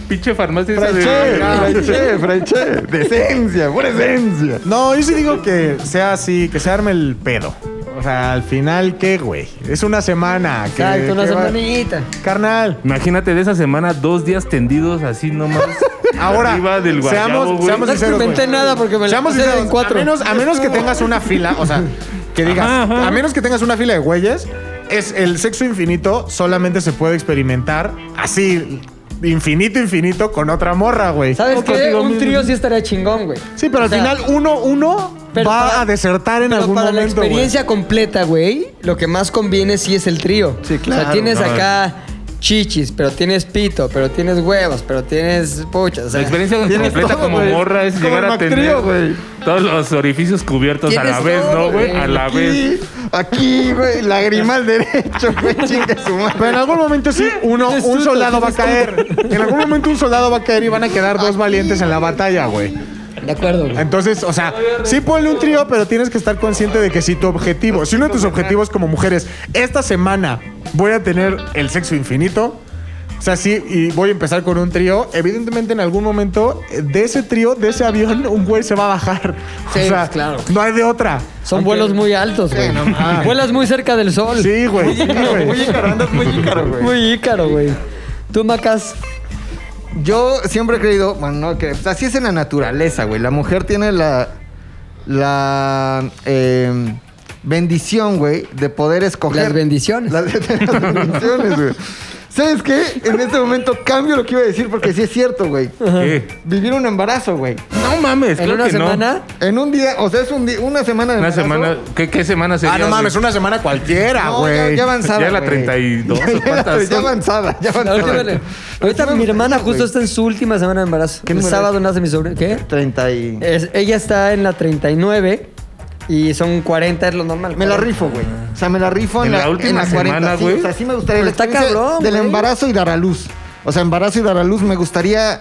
pinche farmacia esa
Franche,
de.
franche, franche. De esencia, pura esencia. No, yo sí digo que sea así, que se arme el pedo. O sea, al final, ¿qué, güey? Es una semana. que-
Exacto, una
que va-
semanita.
Carnal.
Imagínate de esa semana dos días tendidos así nomás.
Ahora,
arriba del guayabo,
seamos-
güey.
seamos
No
sinceros,
experimenté
güey.
nada porque me la
Seamos
pasé
sinceros,
en cuatro.
A menos, a menos que tengas una fila, o sea, que digas,
Ajá, ajá.
a menos que tengas una fila de güeyes, es el sexo infinito solamente se puede experimentar así, infinito, infinito, con otra morra, güey.
¿Sabes
O
qué?
contigo
Un
mismo.
trío sí estaría chingón, güey.
Sí, pero
O
al
sea,
final uno, uno
pero
va
para-
a desertar en
Pero
algún
para la
momento, güey.
experiencia completa, güey, lo que más conviene sí es el trío.
Sí,
O
claro.
sea, tienes
No,
acá chichis, pero tienes pito, pero tienes huevos, pero tienes puchas. O
La
sea,
experiencia
Tienes
completa
todo,
como
güey.
morra es
Como
llegar
el
a tener
Mactrío, güey.
todos los orificios cubiertos a la
Tienes
vez,
todo,
¿no, güey? A la vez.
Aquí, aquí, güey, lagrimal derecho, güey, chinga su madre.
Pero en algún momento sí, uno,
Tienes
un
tú,
soldado va a
tienes tú.
caer. En algún momento un soldado va a caer y van a quedar dos valientes en la batalla, güey.
de acuerdo, güey.
Entonces, o sea, sí ponle un trío, pero tienes que estar consciente de que si tu objetivo, si uno de tus objetivos como mujeres, esta semana voy a tener el sexo infinito, o sea, sí, y voy a empezar con un trío, evidentemente en algún momento eh, de ese trío, de ese avión, un güey se va a bajar.
Sí,
o sea,
pues, claro.
No hay de otra.
Son vuelos muy altos, güey. Vuelas muy cerca del sol. <laughs>
Sí, güey. sí, güey.
muy ícaro, güey.
Muy ícaro, güey. Tú, Macas,
Yo siempre he creído, bueno, no, que pues, así es en la naturaleza, güey. La mujer tiene la, la eh, bendición, güey, de poder escoger.
Las bendiciones.
Las, las <laughs> bendiciones, güey. ¿Sabes qué? En este momento cambio lo que iba a decir porque sí es cierto, güey.
¿Qué?
Vivir un embarazo, güey.
No mames,
en
claro
una
que
semana.
En un día, o sea, es un día, una semana de
no. Una
embarazo.
semana. ¿Qué, qué semana sería?
Ah, no
güey?
mames, una semana cualquiera,
No,
güey.
ya, ya avanzada.
Ya la
güey.
32,
<laughs> Ya, ya
¿cuántas
la- ya
son?
avanzada,
<laughs>
ya
La última-
avanzada.
Ahorita mi hermana justo
güey.
está en su última semana de embarazo.
¿Qué
El
número
sábado
es?
nace mi sobrino. ¿Qué?
30 y...
Es- ella está en la 39 y son 40, es lo normal.
Me la
40.
rifo, güey. O sea, me la rifo en,
En la última
en 40,
semana,
sí.
güey.
o sea, sí me gustaría
Pero
la
está
experiencia
cabrón,
Del
güey.
embarazo y dar a luz. O sea, embarazo y dar a luz me gustaría...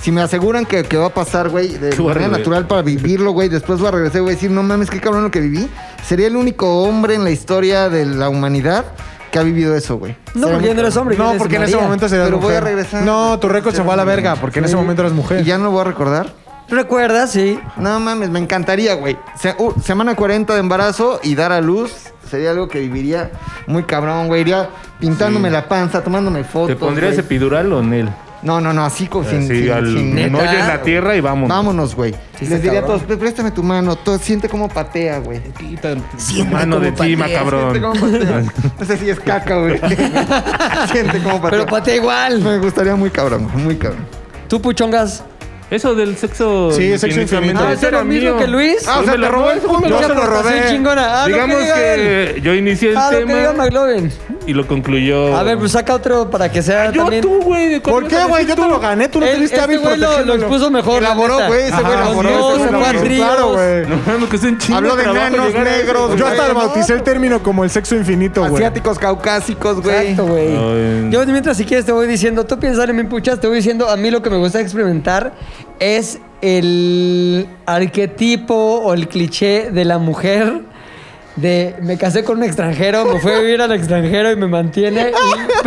Si me aseguran que, que va a pasar, güey, de
Qué
manera
horrible.
natural para vivirlo, güey, después voy a regresar, güey, a decir, no mames, qué cabrón lo que viví. Sería el único hombre en la historia de la humanidad que ha vivido eso, güey.
No, porque ya no eres hombre. ya
No,
eres
porque en ese
María.
momento serías
Pero voy
mujer.
a regresar.
No, tu récord se fue a la verga, porque en ese momento eras mujer.
Y ya no voy a recordar.
¿Recuerdas? Sí.
No mames, me encantaría, güey. Se- uh, semana 40 de embarazo y dar a luz sería algo que viviría muy cabrón, güey. Iría pintándome la panza, tomándome fotos.
¿Te pondrías
güey.
epidural o Nel?
No, no, no, así como sin,
Así
sin-
al
sin-
meollo en la tierra y vámonos.
Vámonos, güey.
Sí, está
Les diría a
cabrón.
todos, "Pre- préstame tu mano, todo, siente cómo patea, güey. <laughs>
Siente mano de
cómo
ti,
patea,
macabrón.
siente cómo
<laughs>
patea. No sé si es caca, güey. siente cómo patea.
Pero patea igual.
Me gustaría muy cabrón, güey, muy cabrón.
¿Tú, puchongas?
Eso del sexo.
Sí, sexo infinito.
Ah, ¿es lo mismo que Luis?
Ah, o sea,
Pónmelo,
te robó el
no,
punto.
pónmelo.
Yo se lo robé. chingona. Ah, lo
Digamos
que diga
que yo inicié el
Ah, lo que diga
tema
McLovin.
y lo concluyó.
A ver, pues saca otro para que sea
Ah, yo
también...
tú, güey. ¿de cuál
¿Por
ibas a
qué, güey?
decir
Yo te
tú?
lo gané, tú no
Él-
tuviste a mí
este güey lo, lo
protegiéndolo.
expuso mejor. la
Elaboró,
neta.
güey, ese güey
Ajá,
elaboró,
No,
ese
se
güey
fue a
elaboró.
tríos.
Claro, güey.
No, mames, que es un chingo.
Habló de
trabajo
enanos
llegar a eso,
negros,
güey.
Yo
güey.
hasta le
no.
bauticé el término como el sexo infinito, güey.
Asiáticos, caucásicos, güey.
Exacto, güey.
Ay.
Yo mientras si quieres te voy diciendo, tú piensas en mi puchas, te voy diciendo, a mí lo que me gusta experimentar es el arquetipo o el cliché de la mujer de me casé con un extranjero, me fui a vivir al extranjero y me mantiene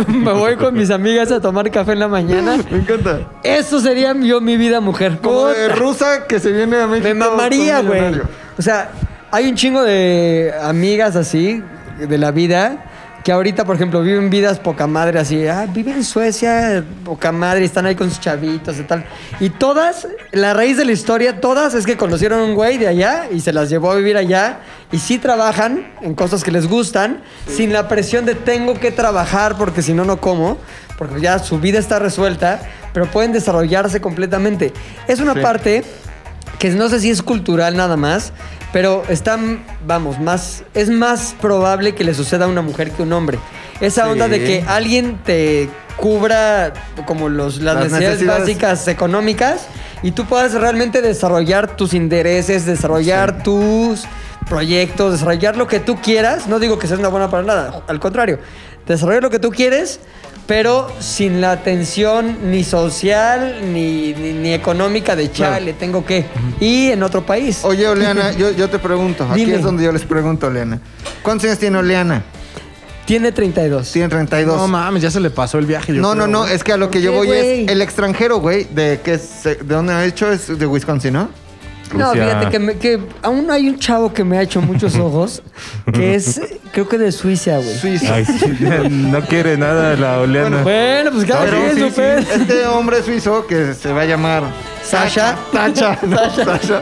y <laughs> me voy con mis amigas a tomar café en la mañana.
Me encanta.
Eso sería yo mi vida mujer.
Como de
Puta.
rusa que se viene a México.
Me mamaría,
con un
güey.
millonario.
O sea, hay un chingo de amigas así, de la vida, que ahorita, por ejemplo, viven vidas poca madre así. Ah, vive en Suecia, poca madre, y están ahí con sus chavitos y tal. Y todas, la raíz de la historia, todas es que conocieron a un güey de allá y se las llevó a vivir allá. Y sí trabajan en cosas que les gustan, sin la presión de tengo que trabajar porque si no, no como. Porque ya su vida está resuelta, pero pueden desarrollarse completamente. Es una parte que no sé si es cultural nada más, pero están, vamos, más, es más probable que le suceda a una mujer que a un hombre. Esa onda de que alguien te cubra como los, las,
Las
necesidades,
necesidades.
básicas económicas y tú puedas realmente desarrollar tus intereses, desarrollar tus proyectos, desarrollar lo que tú quieras. No digo que seas una buena para nada, al contrario, desarrollar lo que tú quieres. Pero sin la tensión ni social ni, ni, ni económica de chale, tengo que. Y en otro país.
Oye, Oleana, yo, yo te pregunto. Aquí
Dime.
es donde yo les pregunto, Oleana. ¿Cuántos años tiene Oleana?
Tiene 32.
Tiene 32.
No mames, ya se le pasó el viaje. yo
No,
creo,
no, no,
güey.
es que a lo que
¿Por
yo
qué,
voy
güey?
es el extranjero, güey, de que es- de dónde ha hecho es de
<laughs>
Wisconsin, ¿no?
No,
Rusia.
fíjate que, me- que aún hay un chavo que me ha hecho
<laughs>
muchos ojos, que es, creo que de Suiza, güey.
Ay, sí, no quiere nada la oleana.
Bueno, pues cada
Pero
quien
sí,
su
sí.
pedo.
Este hombre suizo que se va a llamar
<laughs> Sasha.
Tacha, no, Sasha.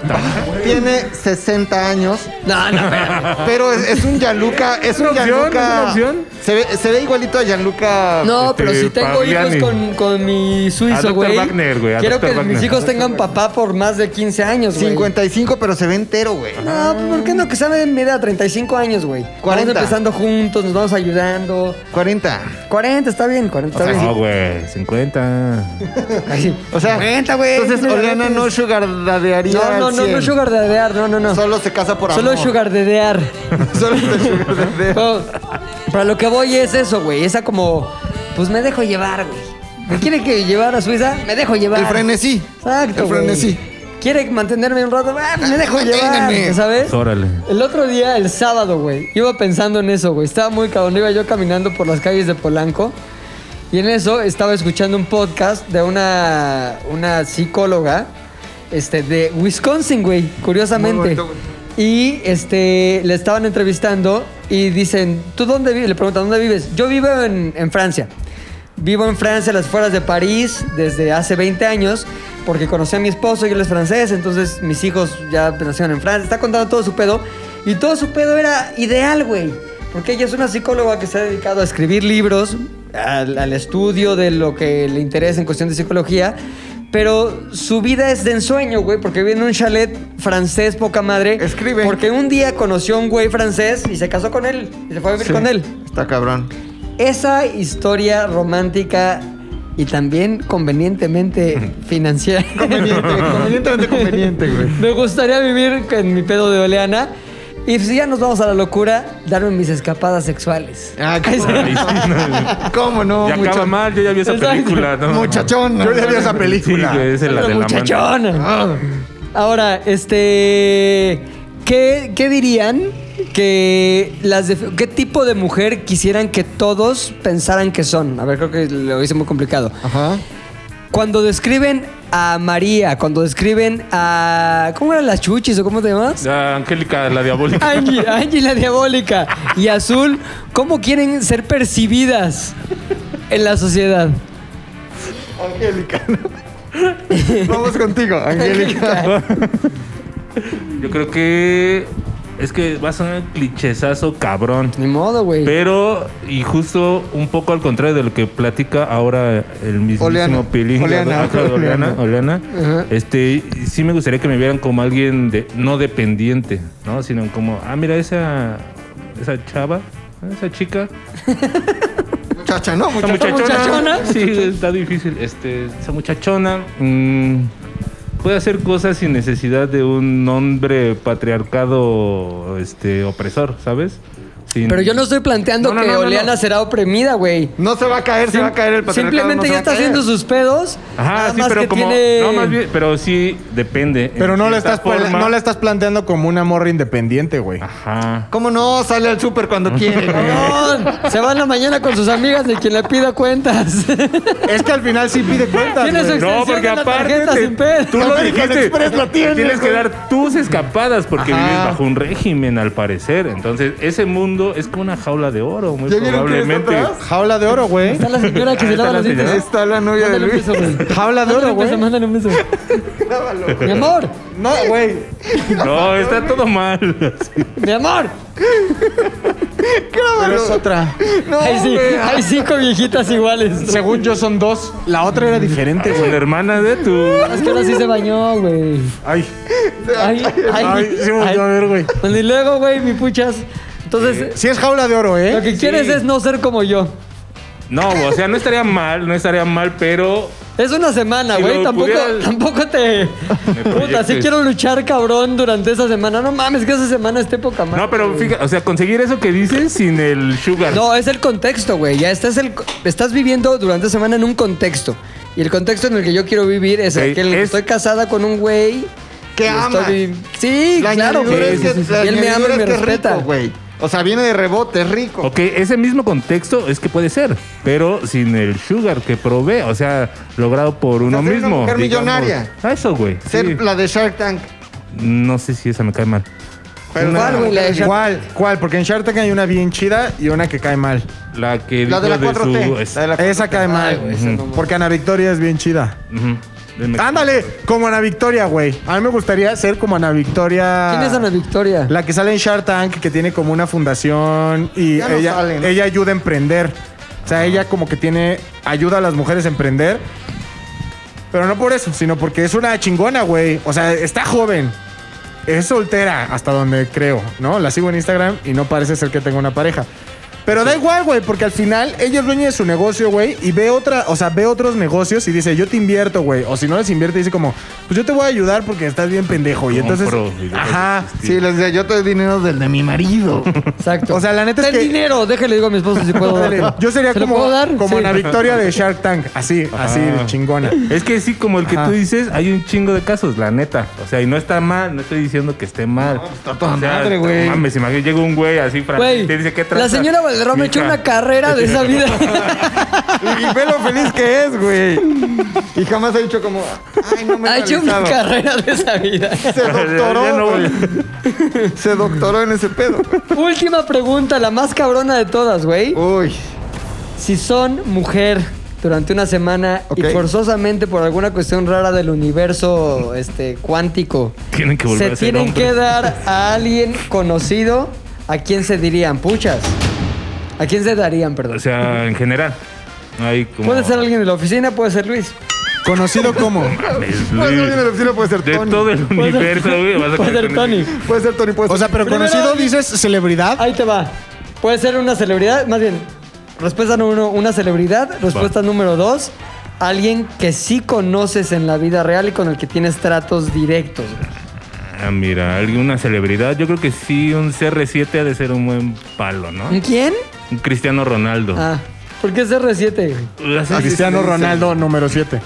Tiene 60 años,
No, no, espérame.
pero es, es un Gianluca, es un
una opción? ¿Es
Gianluca.
una opción?
Se ve, se ve igualito a Gianluca.
No, pero
Este,
si tengo
Pagliani.
hijos con, con mi
A
suizo,
Dr.
güey.
Wagner, güey, a
Quiero
Dr.
que mis
Wagner.
hijos tengan papá por más de 15 años, güey.
55, pero se ve entero, güey.
No, pues, ¿por qué no? Que sabe de mi edad, 35 años, güey.
40.
Vamos empezando juntos, nos vamos ayudando.
40.
40, está bien, 40 está
No,
bien.
güey, 50.
Ay,
O sea,
40, güey.
Entonces, Oleana no sugar dadearía
No, no,
al
no, no
100.
sugar dadear, no, no, no.
Solo se casa por
Solo
amor.
sugar dadear.
Solo se sugar dadea.
Pero, para lo que voy es eso, güey. Esa como, pues me dejo llevar, güey. ¿Me quiere que llevar a Suiza? Me dejo llevar.
El frenesí.
Exacto.
El
güey.
frenesí.
¿Quiere mantenerme un rato? Ah, me dejo llevar.
Manténgame.
¿Sabes?
Órale.
El otro día, el sábado, güey, iba pensando en eso, güey. Estaba muy cabrón. Iba yo caminando por las calles de Polanco. Y en eso estaba escuchando un podcast de una, una psicóloga este, de Wisconsin, güey, curiosamente.
Muy bonito, güey.
Y este, le estaban entrevistando y dicen, ¿tú dónde vives? Le preguntan, ¿dónde vives? Yo vivo en, en Francia. Vivo en Francia, a las afueras de París, desde hace 20 años, porque conocí a mi esposo y él es francés, entonces mis hijos ya nacieron en Francia. Está contando todo su pedo. Y todo su pedo era ideal, güey. Porque ella es una psicóloga que se ha dedicado a escribir libros, al, al estudio de lo que le interesa en cuestión de psicología. Pero su vida es de ensueño, güey, porque vive en un chalet francés, poca madre.
Escribe.
Porque un día conoció a un güey francés y se casó con él y se fue a vivir con él.
Está cabrón.
Esa historia romántica y también convenientemente financiera. <laughs>
<laughs> Convenientemente conveniente, güey.
Me gustaría vivir en mi pedo de oleana. Y si ya nos vamos a la locura, darme mis escapadas sexuales.
Ah, qué
Ahí sí, no.
¿Cómo no?
y acaba
mucha-
mal, yo ya vi esa
Exacto.
película. No,
Muchachón.
Yo ya vi esa película.
Sí, güey, esa es la
Otra
del amante.
muchachona. Ah. Ahora, este. ¿Qué, qué dirían que las def- qué tipo de mujer quisieran que todos pensaran que son? A ver, creo que lo hice muy complicado.
Ajá.
Cuando describen a María, cuando describen a. ¿Cómo eran las chuchis o cómo te
<laughs>
llamas?
Ah, Angélica, la diabólica.
Angie, Angie la diabólica y Azul, ¿cómo quieren ser percibidas en la sociedad?
Angélica. Vamos contigo, Angélica.
Yo creo que es que va a sonar clichesazo cabrón.
Ni modo, güey.
Pero, y justo un poco al contrario de lo que platica ahora el mismísimo
Oleana.
Pilín.
Oleana,
Ajá, Oleana,
Oleana.
Oleana.
Ajá.
Este, y sí me gustaría que me vieran como alguien de, no dependiente, ¿no? Sino como, ah, mira, esa, esa chava, esa chica.
Muchacha, ¿no?
Esa
Muchacha.
muchachona. Sí, está difícil. Este, esa muchachona mm, puede hacer cosas sin necesidad de un hombre patriarcado este, opresor, ¿sabes? Sin-
Pero yo no estoy planteando
No, no,
que
no, no,
Oleana
no.
será oprimida, güey.
No se va a caer, se va a caer el patriarcado.
Simplemente ya está haciendo sus pedos.
Ajá,
nada
sí,
más
pero
que
como.
tiene-
No, más bien, pero sí depende.
Pero
en
no le,
cierta
estás pla-
forma.
no le estás planteando como una morra independiente, güey.
Ajá.
¿Cómo no? Sale al súper cuando quiere. güey.
Cabrón, se va en la mañana con sus amigas de quien le pida cuentas.
Es que al final sí pide cuentas.
Tiene su
güey.
extensión
No, porque
de la
aparte.
tarjeta
te-
sin pedo.
tú lo
American
dijiste.
Express la tiene,
tienes que
güey.
dar tus escapadas porque
Ajá.
vives bajo un régimen, al parecer. Entonces, ese mundo es como una jaula de oro, muy
¿Ya vieron quién está
probablemente.
atrás?
Jaula de oro, güey.
Está la señora que
Ahí
se
está
lava
la
los dientes.
señora.
Está la novia de
Mándale un
Luis.
beso, güey.
Jaula de
Mándale
oro,
un beso,
güey.
Mándale un beso. Mi amor,
No, güey.
No, está todo mal.
mi amor.
Pero es otra.
hay, sí- hay cinco viejitas iguales.
Según yo son dos. La otra era diferente,
Con
güey.
la hermana de tu.
Es que ahora sí se bañó, güey.
Ay.
Ay, ay,
Ay, sí me volteó a
ay.
ver, güey.
Bueno, Y luego, güey, mi puchas. Entonces,
Sí es jaula de oro,
lo
¿eh?
que quieres es no ser como yo.
No, o sea, no estaría mal, no estaría mal, pero.
Es una semana,
Si
güey.
lo
tampoco,
pudieras-
tampoco te. Puta,
proyectes.
sí quiero luchar, cabrón, durante esa semana. No mames, que esa semana esté poca madre.
No, pero
güey.
fíjate, o sea, conseguir eso que dices sin el sugar.
No, es el contexto, güey. Ya estás, el, estás viviendo durante la semana en un contexto. Y el contexto en el que yo quiero vivir es
Ok,
el que en el que
es-
estoy casada con un güey.
Que
y
ama.
estoy vi- Sí,
La
claro,
añadidura
güey.
es que- la
Y él me ama
añadidura
y me
es que es
respeta.
rico, güey. O sea, viene de rebote, es rico.
Ok, ese mismo contexto es que puede ser, pero sin el sugar que provee, o sea, logrado por uno
ser una
mismo.
mujer millonaria.
Ah, Eso, güey.
Ser
sí.
la de Shark Tank.
No sé si esa me cae mal.
Pero
¿Cuál,
no.
güey? La de Shark-
¿Cuál? ¿Cuál? Porque en Shark Tank hay una bien chida y una que cae mal.
La que
La de la
dijo
4T.
su- es-
La de la 4T.
Esa cae mal.
güey, esa no
Ujú. Porque Ana Victoria es bien chida.
Ujú. Denme-
Ándale, como Ana Victoria, güey. A mí me gustaría ser como Ana Victoria.
¿Quién es Ana Victoria?
La que sale en Shark Tank, que tiene como una fundación y
Ya no
ella,
sale, ¿no?
ella ayuda a emprender. O sea, ella como que tiene. ayuda a las mujeres a emprender. Pero no por eso, sino porque es una chingona, güey. O sea, está joven. Es soltera, hasta donde creo, ¿no? La sigo en Instagram y no parece ser que tenga una pareja. Pero da igual, güey, porque al final ella es dueña de su negocio, güey, y ve otra, o sea, ve otros negocios y dice, yo te invierto, güey. O si no les invierte, dice como, pues yo te voy a ayudar porque estás bien pendejo. Y entonces.
Compro y dejo
Ajá.
de este
Sí, sí, les decía, yo te doy dinero del de mi marido.
Exacto.
O sea, la neta es
Ten
que-
dinero, déjale digo a mi esposo si
<laughs>
puedo
Ándale.
dar.
Yo sería
¿Se lo
como,
puedo dar?
como
Sí.
una victoria de Shark Tank. Así, así de chingona.
Es que sí, como el que
Ajá.
tú dices, hay un chingo de casos, la neta. O sea, y no está mal, no estoy diciendo que esté mal. está
pues, toda madre, güey.
Mames, imagínate, llega un güey así, Fran, y
Güey,
te dice qué
la
tranza?
señora Valderrama ha hecho
Mija,
una carrera de esa vida.
<laughs>
y ve lo feliz que es, güey. Y jamás ha dicho como, ay, no
<laughs>
me
ha hecho una
realizaba".
carrera de esa vida.
<laughs> Se doctoró.
Ya no voy.
güey. Se doctoró en ese pedo.
Última pregunta, la más cabrona de todas,
Uh.
güey.
Uy.
Si son mujer durante una semana
Ok.
y forzosamente por alguna cuestión rara del universo este, cuántico,
<laughs> Tienen que volver
se
a ser
tienen
hombres.
que dar a alguien conocido, ¿a quién se dirían? Puchas. ¿A quién se darían, perdón?
O sea, en general. no Hay como...
puede ser alguien de la oficina, puede ser Luis.
Conocido como.
<laughs>
Mames,
Puede ser alguien de la
güey.
oficina, puede ser
De
Tony.
todo el
Puede ser-
universo, güey. vas a
Puede
quedar
ser
con
Tony.
ese-
Puede ser Tony, puede ser.
O sea, pero
Primero-
conocido dices celebridad.
Ahí te va. Puede ser una celebridad, más bien, respuesta número uno, una celebridad. Respuesta número dos, alguien que sí conoces en la vida real y con el que tienes tratos directos. güey.
Ah, mira, alguna celebridad. Yo creo que sí, un CR7 ha de ser un buen palo, ¿no?
¿Un quién?
Un Cristiano Ronaldo.
Ah, ¿por qué CR7? güey?
Las-
Cristiano Ronaldo número 7.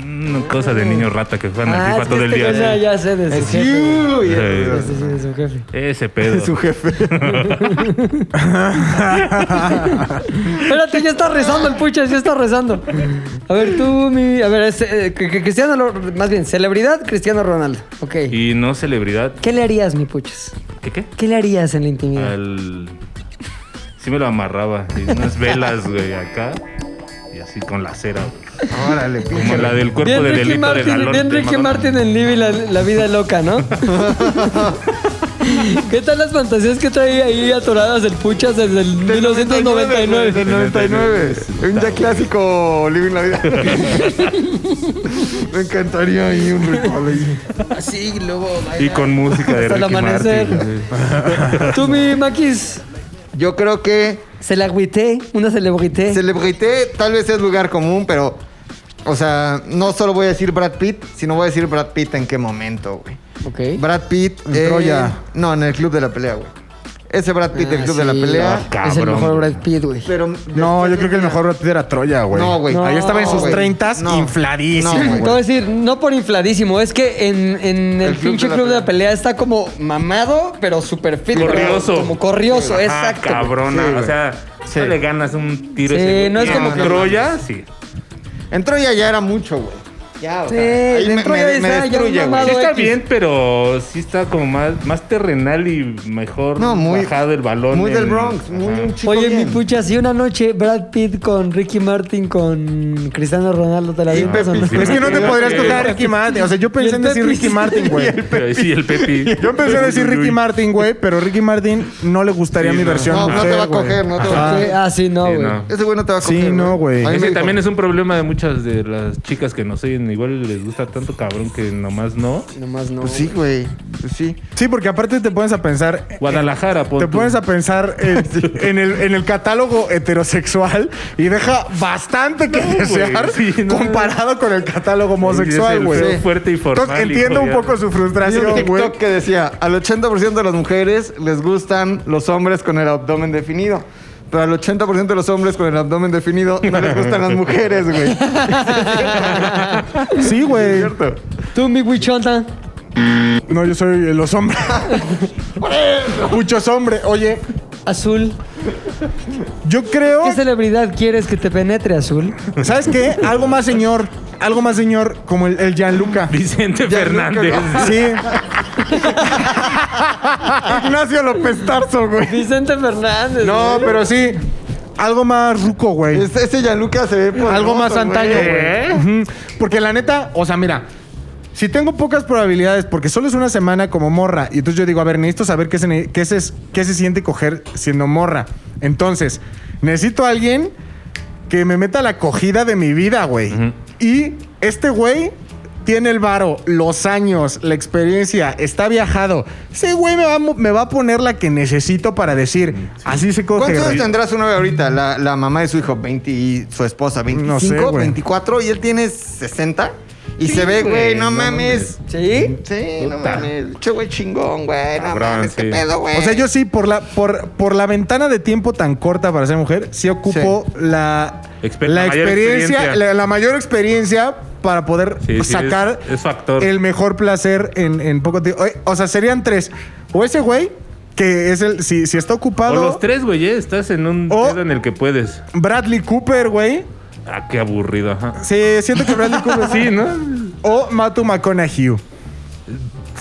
Una Mm, cosa de niño rata que juegan al
Ah,
FIFA
es que
todo el
este
día.
güey Ya,
sí.
ya sé de su jefe. güey.
Uy,
Eh,
Sí, sí, de su jefe.
Ese pedo.
su jefe.
Espérate, ya está rezando el puchas, ya está rezando. A ver, tú, mi. A ver, es, eh, que- que Cristiano. Lo- Más bien, celebridad Cristiano Ronaldo. Ok.
<laughs> Y no celebridad.
¿Qué le harías, mi puchas?
¿Qué qué?
¿Qué le harías en la intimidad?
Al... Sí me lo amarraba. Y unas velas, güey, acá. Y así con la cera, güey.
Órale, pinche.
Como la del cuerpo de
Ricky
delito
Martin,
de galón.
bien
de
Ricky
Madonna.
Martin en Libby la, la vida loca, <laughs> ¿no? ¿Qué tal las fantasías que trae ahí atoradas el Puchas desde el 1999?
Del 99. Un ya clásico Living
<laughs>
la Vida. Me encantaría ahí un ritual ahí.
Así, y luego
Y con música
<laughs>
de
Hasta el
Ricky
amanecer.
Martin.
Tú, mi Maquis.
Yo creo que
Se la agüité, una celebrité.
celebrité tal vez es lugar común, pero. O sea, no solo voy a decir Brad Pitt, sino voy a decir Brad Pitt en qué momento, güey.
Ok.
Brad Pitt. eh,
En Troya.
No, en el Club de la Pelea, güey. Ese Brad Pitt del
Ah,
Club de la
sí.
Pelea.
Ah, cabrón.
Es el mejor Brad Pitt, güey.
Pero
No,
después
yo creo que el
del día-
mejor Brad Pitt era Troya, güey.
No, güey.
No, Ahí estaba en sus
güey.
30s infladísimo,
No,
Te voy a decir, no por infladísimo, es que en, en el,
El club
pinche
de la
club de la
pelea.
pelea está como mamado, pero súper fit. pero
Corrioso.
Como corrioso,
Ajá,
exacto. güey.
Ah, cabrona.
Sí, güey.
o sea,
Sí.
no le ganas un tiro
Sí,
ese.
no es como
que
que-
Troya, sí.
En Troya ya era mucho, güey. Ya, o
Sí,
sea, ahí me,
dentro
me-
ya
me
está, ya
destruye,
un
güey.
mamado.
Sí está
X.
bien, pero sí está como más, más terrenal y mejor
No, muy-
bajado el balón.
Muy del
en-
Bronx, muy
Ajá.
un chico
Oye,
bien.
mi pucha, si una noche Brad Pitt con Ricky Martin, con Cristiano Ronaldo, te la
Y
vienes o no?
Pepe.
Es que no te
Sí,
podrías
sí.
tocar Ricky Martin. O sea, yo pensé en
Y el
decir
Pepis.
Ricky Martin, güey.
Pero sí, el Pepi.
<laughs> Yo pensé en decir Ricky Martin, güey, pero Ricky Martin no le gustaría
Sí,
mi
no.
versión.
No, no te
mujer,
va a
güey.
coger, no te va a
Ajá.
Sí, Ah, sí, no,
Sí,
güey.
no.
Ese güey no te va a
Sí,
coger.
no, güey.
A mí
Ese
me dijo,
también es un problema de muchas de las chicas que no oyen. Igual les gusta tanto cabrón que nomás no.
Nomás no.
Pues sí, güey. Pues sí.
Sí, porque aparte te pones a pensar.
Guadalajara, pon
Te
tú.
pones a pensar en, en el, en el catálogo heterosexual y deja bastante que desear
sí, no.
comparado con el catálogo
Es
homosexual,
el
güey.
feo, fuerte y formal,
Entonces entiendo
hijo,
un
ya.
poco su
Vi un
frustración, güey.
TikTok que decía, al 80% de las mujeres les gustan los hombres con el abdomen definido. Pero al 80% de los hombres con el abdomen definido no les gustan las mujeres, <laughs> güey.
Sí, güey.
¿Cierto?
Tú, mi huichonta.
No, yo soy
<laughs>
los hombres. Muchos hombres. Oye,
Azul.
yo creo.
¿Qué celebridad quieres que te penetre, Azul?
¿Sabes qué? Algo más, señor. Algo más, señor. Como el, el
<laughs>
Gianluca.
<laughs> Vicente Fernández.
Sí. <laughs> Ignacio López Tarso, güey.
Vicente Fernández.
No,
güey.
pero sí. Algo más ruco, güey.
Este, este Gianluca se ve poderoso,
Algo
pues,
más antaño,
¿Eh?
güey. Ujú. Porque la neta, o sea, mira. Si tengo pocas probabilidades, porque solo es una semana como morra, y entonces yo digo, a ver, necesito saber qué se, qué se, qué se siente coger siendo morra. Entonces, necesito a alguien que me meta la cogida de mi vida, güey. Y este güey tiene el varo, los años, la experiencia, está viajado. Ese güey me va, a mo- me va a poner la que necesito para decir, así se coge.
¿Cuántos años
güey.
tendrá su novia ahorita? La, la mamá de su hijo, 20 y su esposa, 25,
No sé, güey.
24, y él tiene 60. Y
Sí,
se ve, güey,
güey,
no,
no
mames.
¿Sí?
Sí, no
Puta.
mames. Che, güey, chingón, güey. No
Cabrón,
mames, qué
sí.
pedo, güey.
O sea, yo sí, por la, por, por la ventana de tiempo tan corta para ser mujer, sí ocupo la,
Exper-
la
la mayor
experiencia,
experiencia.
La, la mayor experiencia para poder
Sí, sí,
sacar
es- es factor.
el mejor placer en, en poco tiempo. Oye, O sea, serían tres. O ese güey, que es el, si, si está
O
ocupado,
los tres, güey, ¿eh? estás en un
O-
pedo en el que puedes.
Bradley Cooper, güey.
Ah, qué aburrido, ajá.
Sí, siento que Bradley
<laughs>
Cooper
Sí, ¿no?
O Matu McConaughey.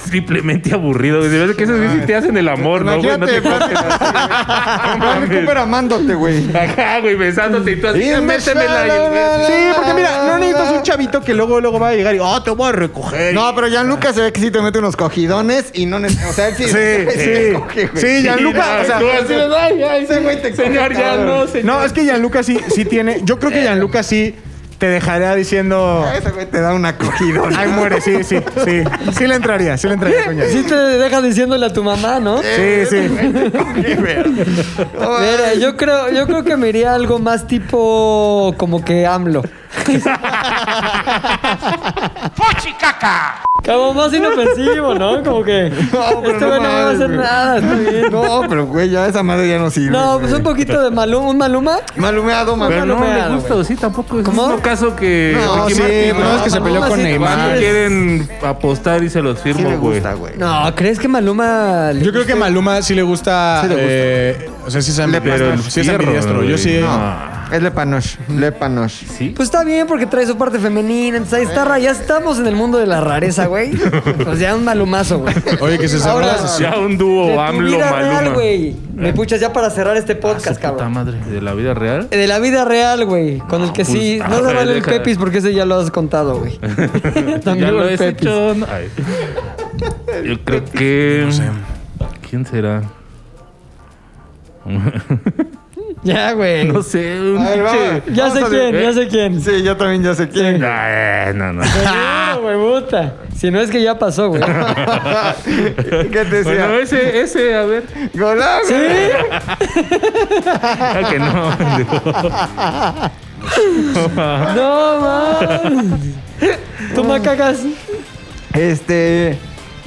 Triplemente aburrido. güey. De verdad que esos sí te hacen el amor, ¿no, güey? No te
Imagínate, Bradley- Bradley
mames.
Cooper amándote, güey.
Ajá, güey, besándote y tú así,
Isma
métemela.
Shala,
y-
la,
Sí, porque mira, no necesitas un chavito que luego, luego va a llegar y, oh, te voy a recoger.
No, pero Gianluca se ve que sí te mete unos cogidones y no... neces- O sea, <laughs> él sí...
Sí, sí.
coge, güey.
Sí, Gianluca,
no,
o sea,
tú así de, "Ay, ay,
Ese Este güey te
Señor,
coge,
ya
cabrón.
no, señor.
No, es que Gianluca sí, sí tiene. Yo creo que Gianluca sí te dejaría diciendo.
Ese güey te da una cogidona.
Ay, muere, sí, sí, sí. Sí le entraría, sí le entraría, coño.
Sí te deja diciéndole a tu mamá, ¿no?
Sí, sí.
Mira, yo creo, yo creo que me iría algo más tipo como que AMLO. Como más inofensivo, ¿no? Como que
pero
este
no
güey no me va a
mames,
hacer
güey.
nada, está bien.
No, pero güey, ya esa madre ya no sirve.
No,
güey.
pues un poquito de Maluma, un Maluma.
Malumeado,
Pero
malumeado.
no me
Palomeado,
gusta,
güey.
sí, tampoco es
¿Cómo?
un caso que
No,
Ricky
sí,
Martin,
pero
¿no?
es que se peleó
Maluma
con
sí,
Neymar.
¿cuál es?
quieren apostar y se los
Sí
firmo,
le
güey.
gusta, güey.
No, ¿crees que Maluma le
Yo creo que Maluma sí le gusta.
Sí le gusta.
eh, o sea, sí es ambi-
Pero el
sí es
fierro,
ambidiestro.
güey,
Yo sí.
no.
Es Le Panoche. Le Panoche.
Sí.
Pues está bien porque trae su parte femenina. Entonces ahí está, ra- ya estamos en el mundo de la rareza, güey. Pues ya un malumazo,
<laughs>
güey.
Oye, que se cerró
Ahora,
la-
Ya un
Oh,
dúo
de tu
AMLO
vida real,
Maluma.
güey. Me puchas ya para cerrar este
Ah,
podcast,
Puta
cabrón.
madre, de la vida real.
De la vida real, güey. Con el que
pues,
sí.
ah,
No se
güey,
vale el
deja-
Pepis porque ese ya lo has contado, güey.
<laughs> ya
También
lo
el
he
Pepis.
hecho. ¿no? Ay. Yo creo que. ¿Quién será?
Ya, güey.
No sé. un
A ver, vamos.
pinche-
Ya
Vamos
sé
a ver,
quién,
¿eh?
ya sé quién.
Sí, yo también ya sé quién. güey.
Ay, Ah, no, no.
Seguro, güey, puta. Si no es que ya pasó,
<laughs>
güey.
<laughs> ¿Qué te decía?
Bueno, ese, ese, a ver.
Golá, güey.
Ah, que no.
No, man. Tú me cagas.
Este.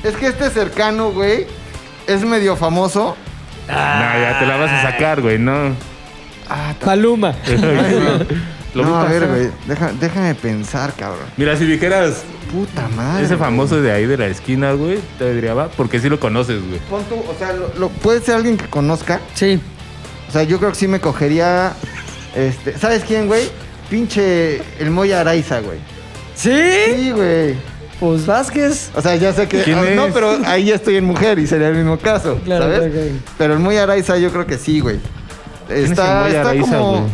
Es que este cercano, güey, es medio famoso.
No, ya te la vas a sacar, güey, no.
Maluma.
Lo vi
no, a ver,
pasar.
güey. deja- déjame pensar, cabrón.
Mira, si dijeras
Puta madre.
ese
güey.
famoso de ahí de la esquina, güey, te diría, va, porque sí lo conoces, güey.
Pon tú, o sea, lo- lo- puede ser alguien que conozca.
Sí.
O sea, yo creo que sí me cogería. Este, ¿Sabes quién, güey? Pinche el Moya Araiza, güey.
¿Sí?
Sí, güey.
Pues Vázquez.
O sea, ya sé que.
¿Quién
ah, No,
es?
pero ahí ya estoy en mujer y sería el mismo caso.
Claro,
¿Sabes?
claro, claro.
Pero el Moya Araiza, yo creo que sí, güey.
¿Quién es el
Está,
Moy
está
Araiza,
como.
güey?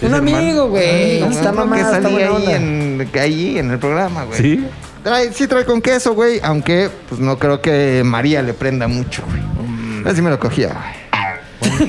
¿Es
Un
hermano?
amigo, güey.
Como
Está
uno
mamá,
que
está
salí
buena
ahí
onda.
en, que ahí en el programa, güey.
¿Sí?
Trae, sí trae con queso, güey, aunque pues no creo que María le prenda mucho, güey.
Mm.
A ver si me lo cogía, güey.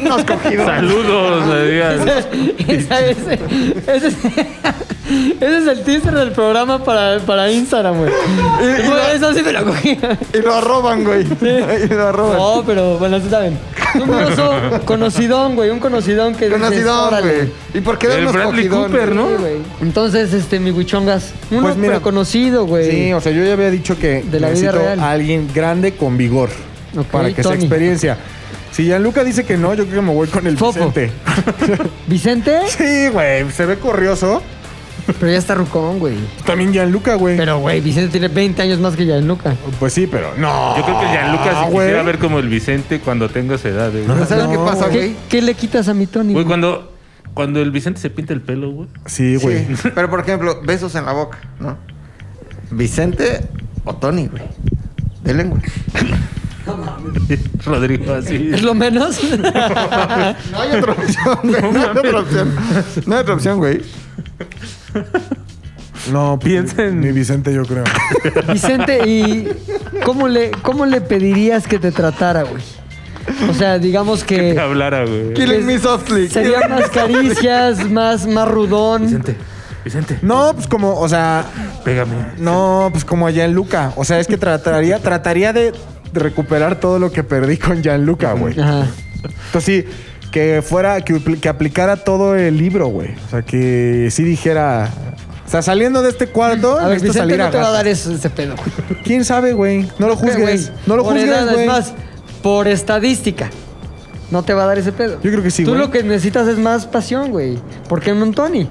Nos cogido.
Saludos, adiós.
Esa- ese, ese es- ese es el teaser del programa para, para Instagram, güey. Güey, Eso sí me lo cogí.
Y lo arroban, güey. <laughs> Y lo arroban.
No, pero bueno, sí saben. Un grosso conocidón, güey. Un conocidón que dices,
Conocidón,
"Órale".
güey. Y por qué
El
darnos
Bradley
cogidón.
Cooper, ¿no?
Sí, güey. Entonces, este, mi huichongas. Uno
Pues mira.
pero conocido, güey.
Sí, o sea, yo ya había dicho que
Pues, De la vida
necesito
real.
a alguien grande con vigor
Ok,
para que
Tony.
se experiencia. Si Gianluca dice que no, yo creo que me voy con el
Fofo.
Vicente. <laughs>
Vicente,
sí, güey, se ve corrioso.
pero ya está rucón, güey.
También Gianluca, güey.
Pero, güey, Vicente tiene 20 años más que Gianluca.
Pues sí, pero no.
Yo creo que
Ah,
Gianluca se
güey.
quisiera ver como el Vicente cuando tenga esa edad, güey.
¿Pero ¿Sabes qué pasa,
¿Qué,
güey?
qué le quitas a mi Tony?
Güey, cuando, cuando el Vicente se pinta el pelo, güey. <laughs>
Sí, güey.
Sí, Pero por ejemplo, besos en la boca, ¿no? Vicente o Tony, güey. De lengua.
Rodrigo, así.
¿Es lo menos?
No hay otra opción, güey. <laughs> No hay otra opción. No hay otra opción, güey.
No,
Piensen.
piensen. Ni Vicente, yo creo.
Vicente, ¿y cómo le, cómo le pedirías que te tratara, güey? O sea, digamos
Que
que
hablara, güey.
Killing me softly.
sería
Killing me
más caricias, más, más rudón.
Vicente, Vicente,
No, pues como, o sea,
pégame.
no, pues como a Gianluca. O sea, es que trataría, trataría de recuperar todo lo que perdí con Gianluca, güey.
Ajá.
Entonces Pues sí, que fuera, que, upli- que aplicara todo el libro, güey. O sea, que sí dijera. O sea, saliendo de este cuarto,
A ver,
necesito
Vicente
salir a
no te va a
gatas.
dar eso, ese pedo, güey.
¿Quién sabe, güey? No lo juzgues.
Güey,
No lo
por edad,
juzgues,
Es
güey.
más, por estadística. No te va a dar ese pedo.
Yo creo que sí,
Tú
güey.
lo que necesitas es más pasión, güey. ¿Por qué no un Tony?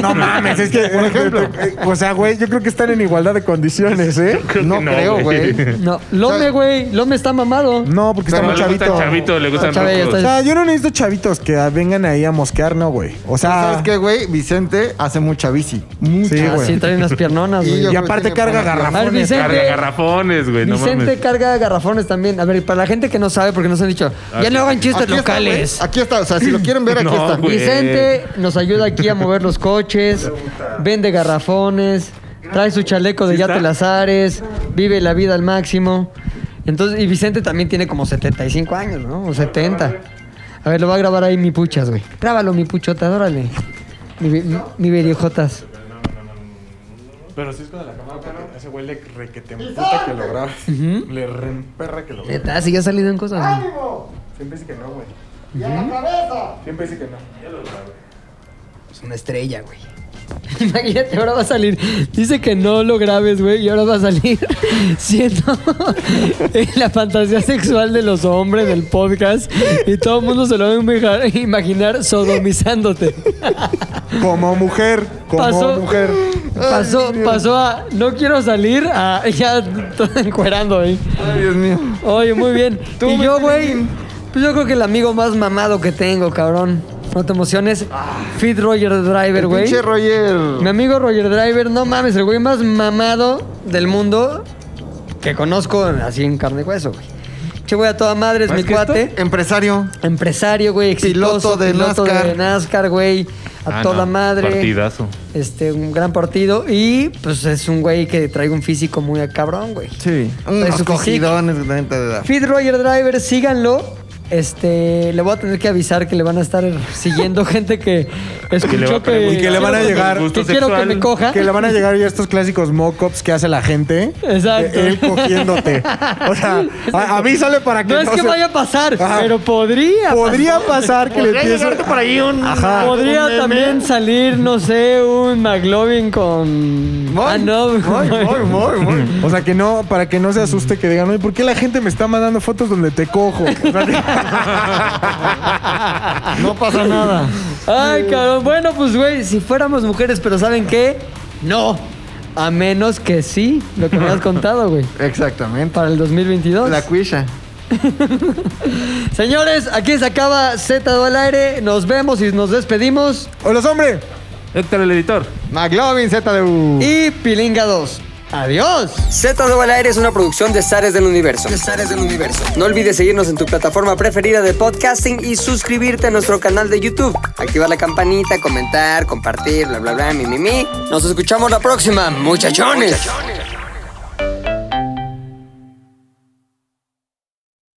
No mames,
<laughs>
es que, por ejemplo. <laughs> O sea, güey, yo creo que están en igualdad de condiciones, ¿eh?
No creo,
<laughs>
güey.
No. Lome,
¿Sabes?
güey. Lome está mamado.
No, porque está
No
muy
le
chavito.
gustan chavito, le gustan
Ah, Chave, ya
rucos.
O
está-
sea, yo no necesito chavitos que vengan ahí a mosquear, no, güey. O sea,
¿Sabes qué, güey? Vicente hace mucha bici. Mucha.
Sí,
Ah,
güey.
sí, trae unas piernonas,
Y
güey.
yo
<laughs> Y
creo
aparte
que
carga
tiene
garrafones.
Mal Vicente.
Carga Ah, garrafones, güey. No
Vicente
mames.
carga garrafones también. A ver, para la gente que no sabe, porque nos han dicho, ya no hagan chistes
Aquí está,
locales.
güey. aquí está, o sea, si lo quieren ver, aquí
No,
está.
güey.
Vicente nos ayuda aquí a mover los coches, vende garrafones, trae su chaleco de
¿Sí
ya
está?
te las ares, vive la vida al máximo. Entonces, y Vicente también tiene como 75 años, ¿no? O 70. A ver, lo va a grabar ahí mi puchas, güey. Grábalo, mi puchota, órale. Mi, ve- mi, mi veriojotas.
Pero sí es con la cámara porque ese güey le re que te emputa que lo grabes.
"Ah".
Le reemperra que lo grabes.
Neta, si ya ha salido en cosas. güey.
Siempre dice que no, güey. Siempre dice que no.
Es una estrella, güey. <laughs> Imagínate, ahora va a salir. Dice que no lo grabes, güey, y ahora va a salir <laughs> siendo <laughs> eh, la fantasía sexual de los hombres del podcast. Y todo el mundo se lo va a ima- <laughs> imaginar sodomizándote.
Como mujer, como
Pasó.
mujer.
Pasó, pasó a no quiero salir a <laughs> ya todo encuerando, güey.
Ay, Dios mío.
Oye, muy bien. <laughs>
Tú,
y
mi
yo,
Pelín.
güey, pues yo creo que el amigo más mamado que tengo, cabrón. No te emociones. Fit Roger Driver,
El
güey.
pinche Roger.
Mi amigo Roger Driver, no mames, el güey más mamado del mundo que conozco así en carne y hueso, güey. Che, güey, a toda madre es
¿Más
mi
que
cuate.
esto? Empresario.
Empresario, güey, exitoso.
Piloto de
piloto
NASCAR.
de NASCAR, güey. A
Ah,
toda
no,
madre.
Partidazo.
Este, un gran partido. Y pues es un güey que trae un físico muy cabrón, güey.
Sí.
Trae
Unos
su
cogidones que también te da.
Feed Roger Driver, síganlo. Este, le voy a tener que avisar que le van a estar siguiendo <laughs> gente que
Que le va
escuchó
a preguntar
que.
Y que le van a
sobre
llegar-
su gusto
Que quiero que
sexual.
me coja.
Que le van a llegar ya estos clásicos mock-ups que hace la gente.
Exacto.
de él cogiéndose. O sea, a- avísale para que
No es que
se-
vaya a pasar,
Ajá.
pero podría.
Podría pasar que le empiece.
ahí un.
Ajá.
Podría también salir, no sé, un McLovin con. ah, no.
Muy, muy, muy, muy. O sea, que no, para que no se asuste que digan, oye, ¿por qué la gente me está mandando fotos donde te cojo? O sea,
No pasa nada.
Ay, cabrón. Bueno, pues, güey, si fuéramos mujeres, pero ¿saben qué? No. A menos que sí, lo que me
<laughs>
has contado, güey.
Exactamente.
Para el 2022.
La cuisha.
Señores, aquí se acaba Z al aire. Nos vemos y nos despedimos.
¡Hola, hombre!
Héctor, el editor.
McLovin ZDU.
Y Pilinga 2. Adiós.
Mm. Z al aire es una producción de Zares del Universo. del Universo. No olvides seguirnos en tu plataforma preferida de podcasting y suscribirte a nuestro canal de YouTube. Activar la campanita, comentar, compartir, bla, bla, bla, mi, mi, mi. Nos escuchamos la próxima, muchachones.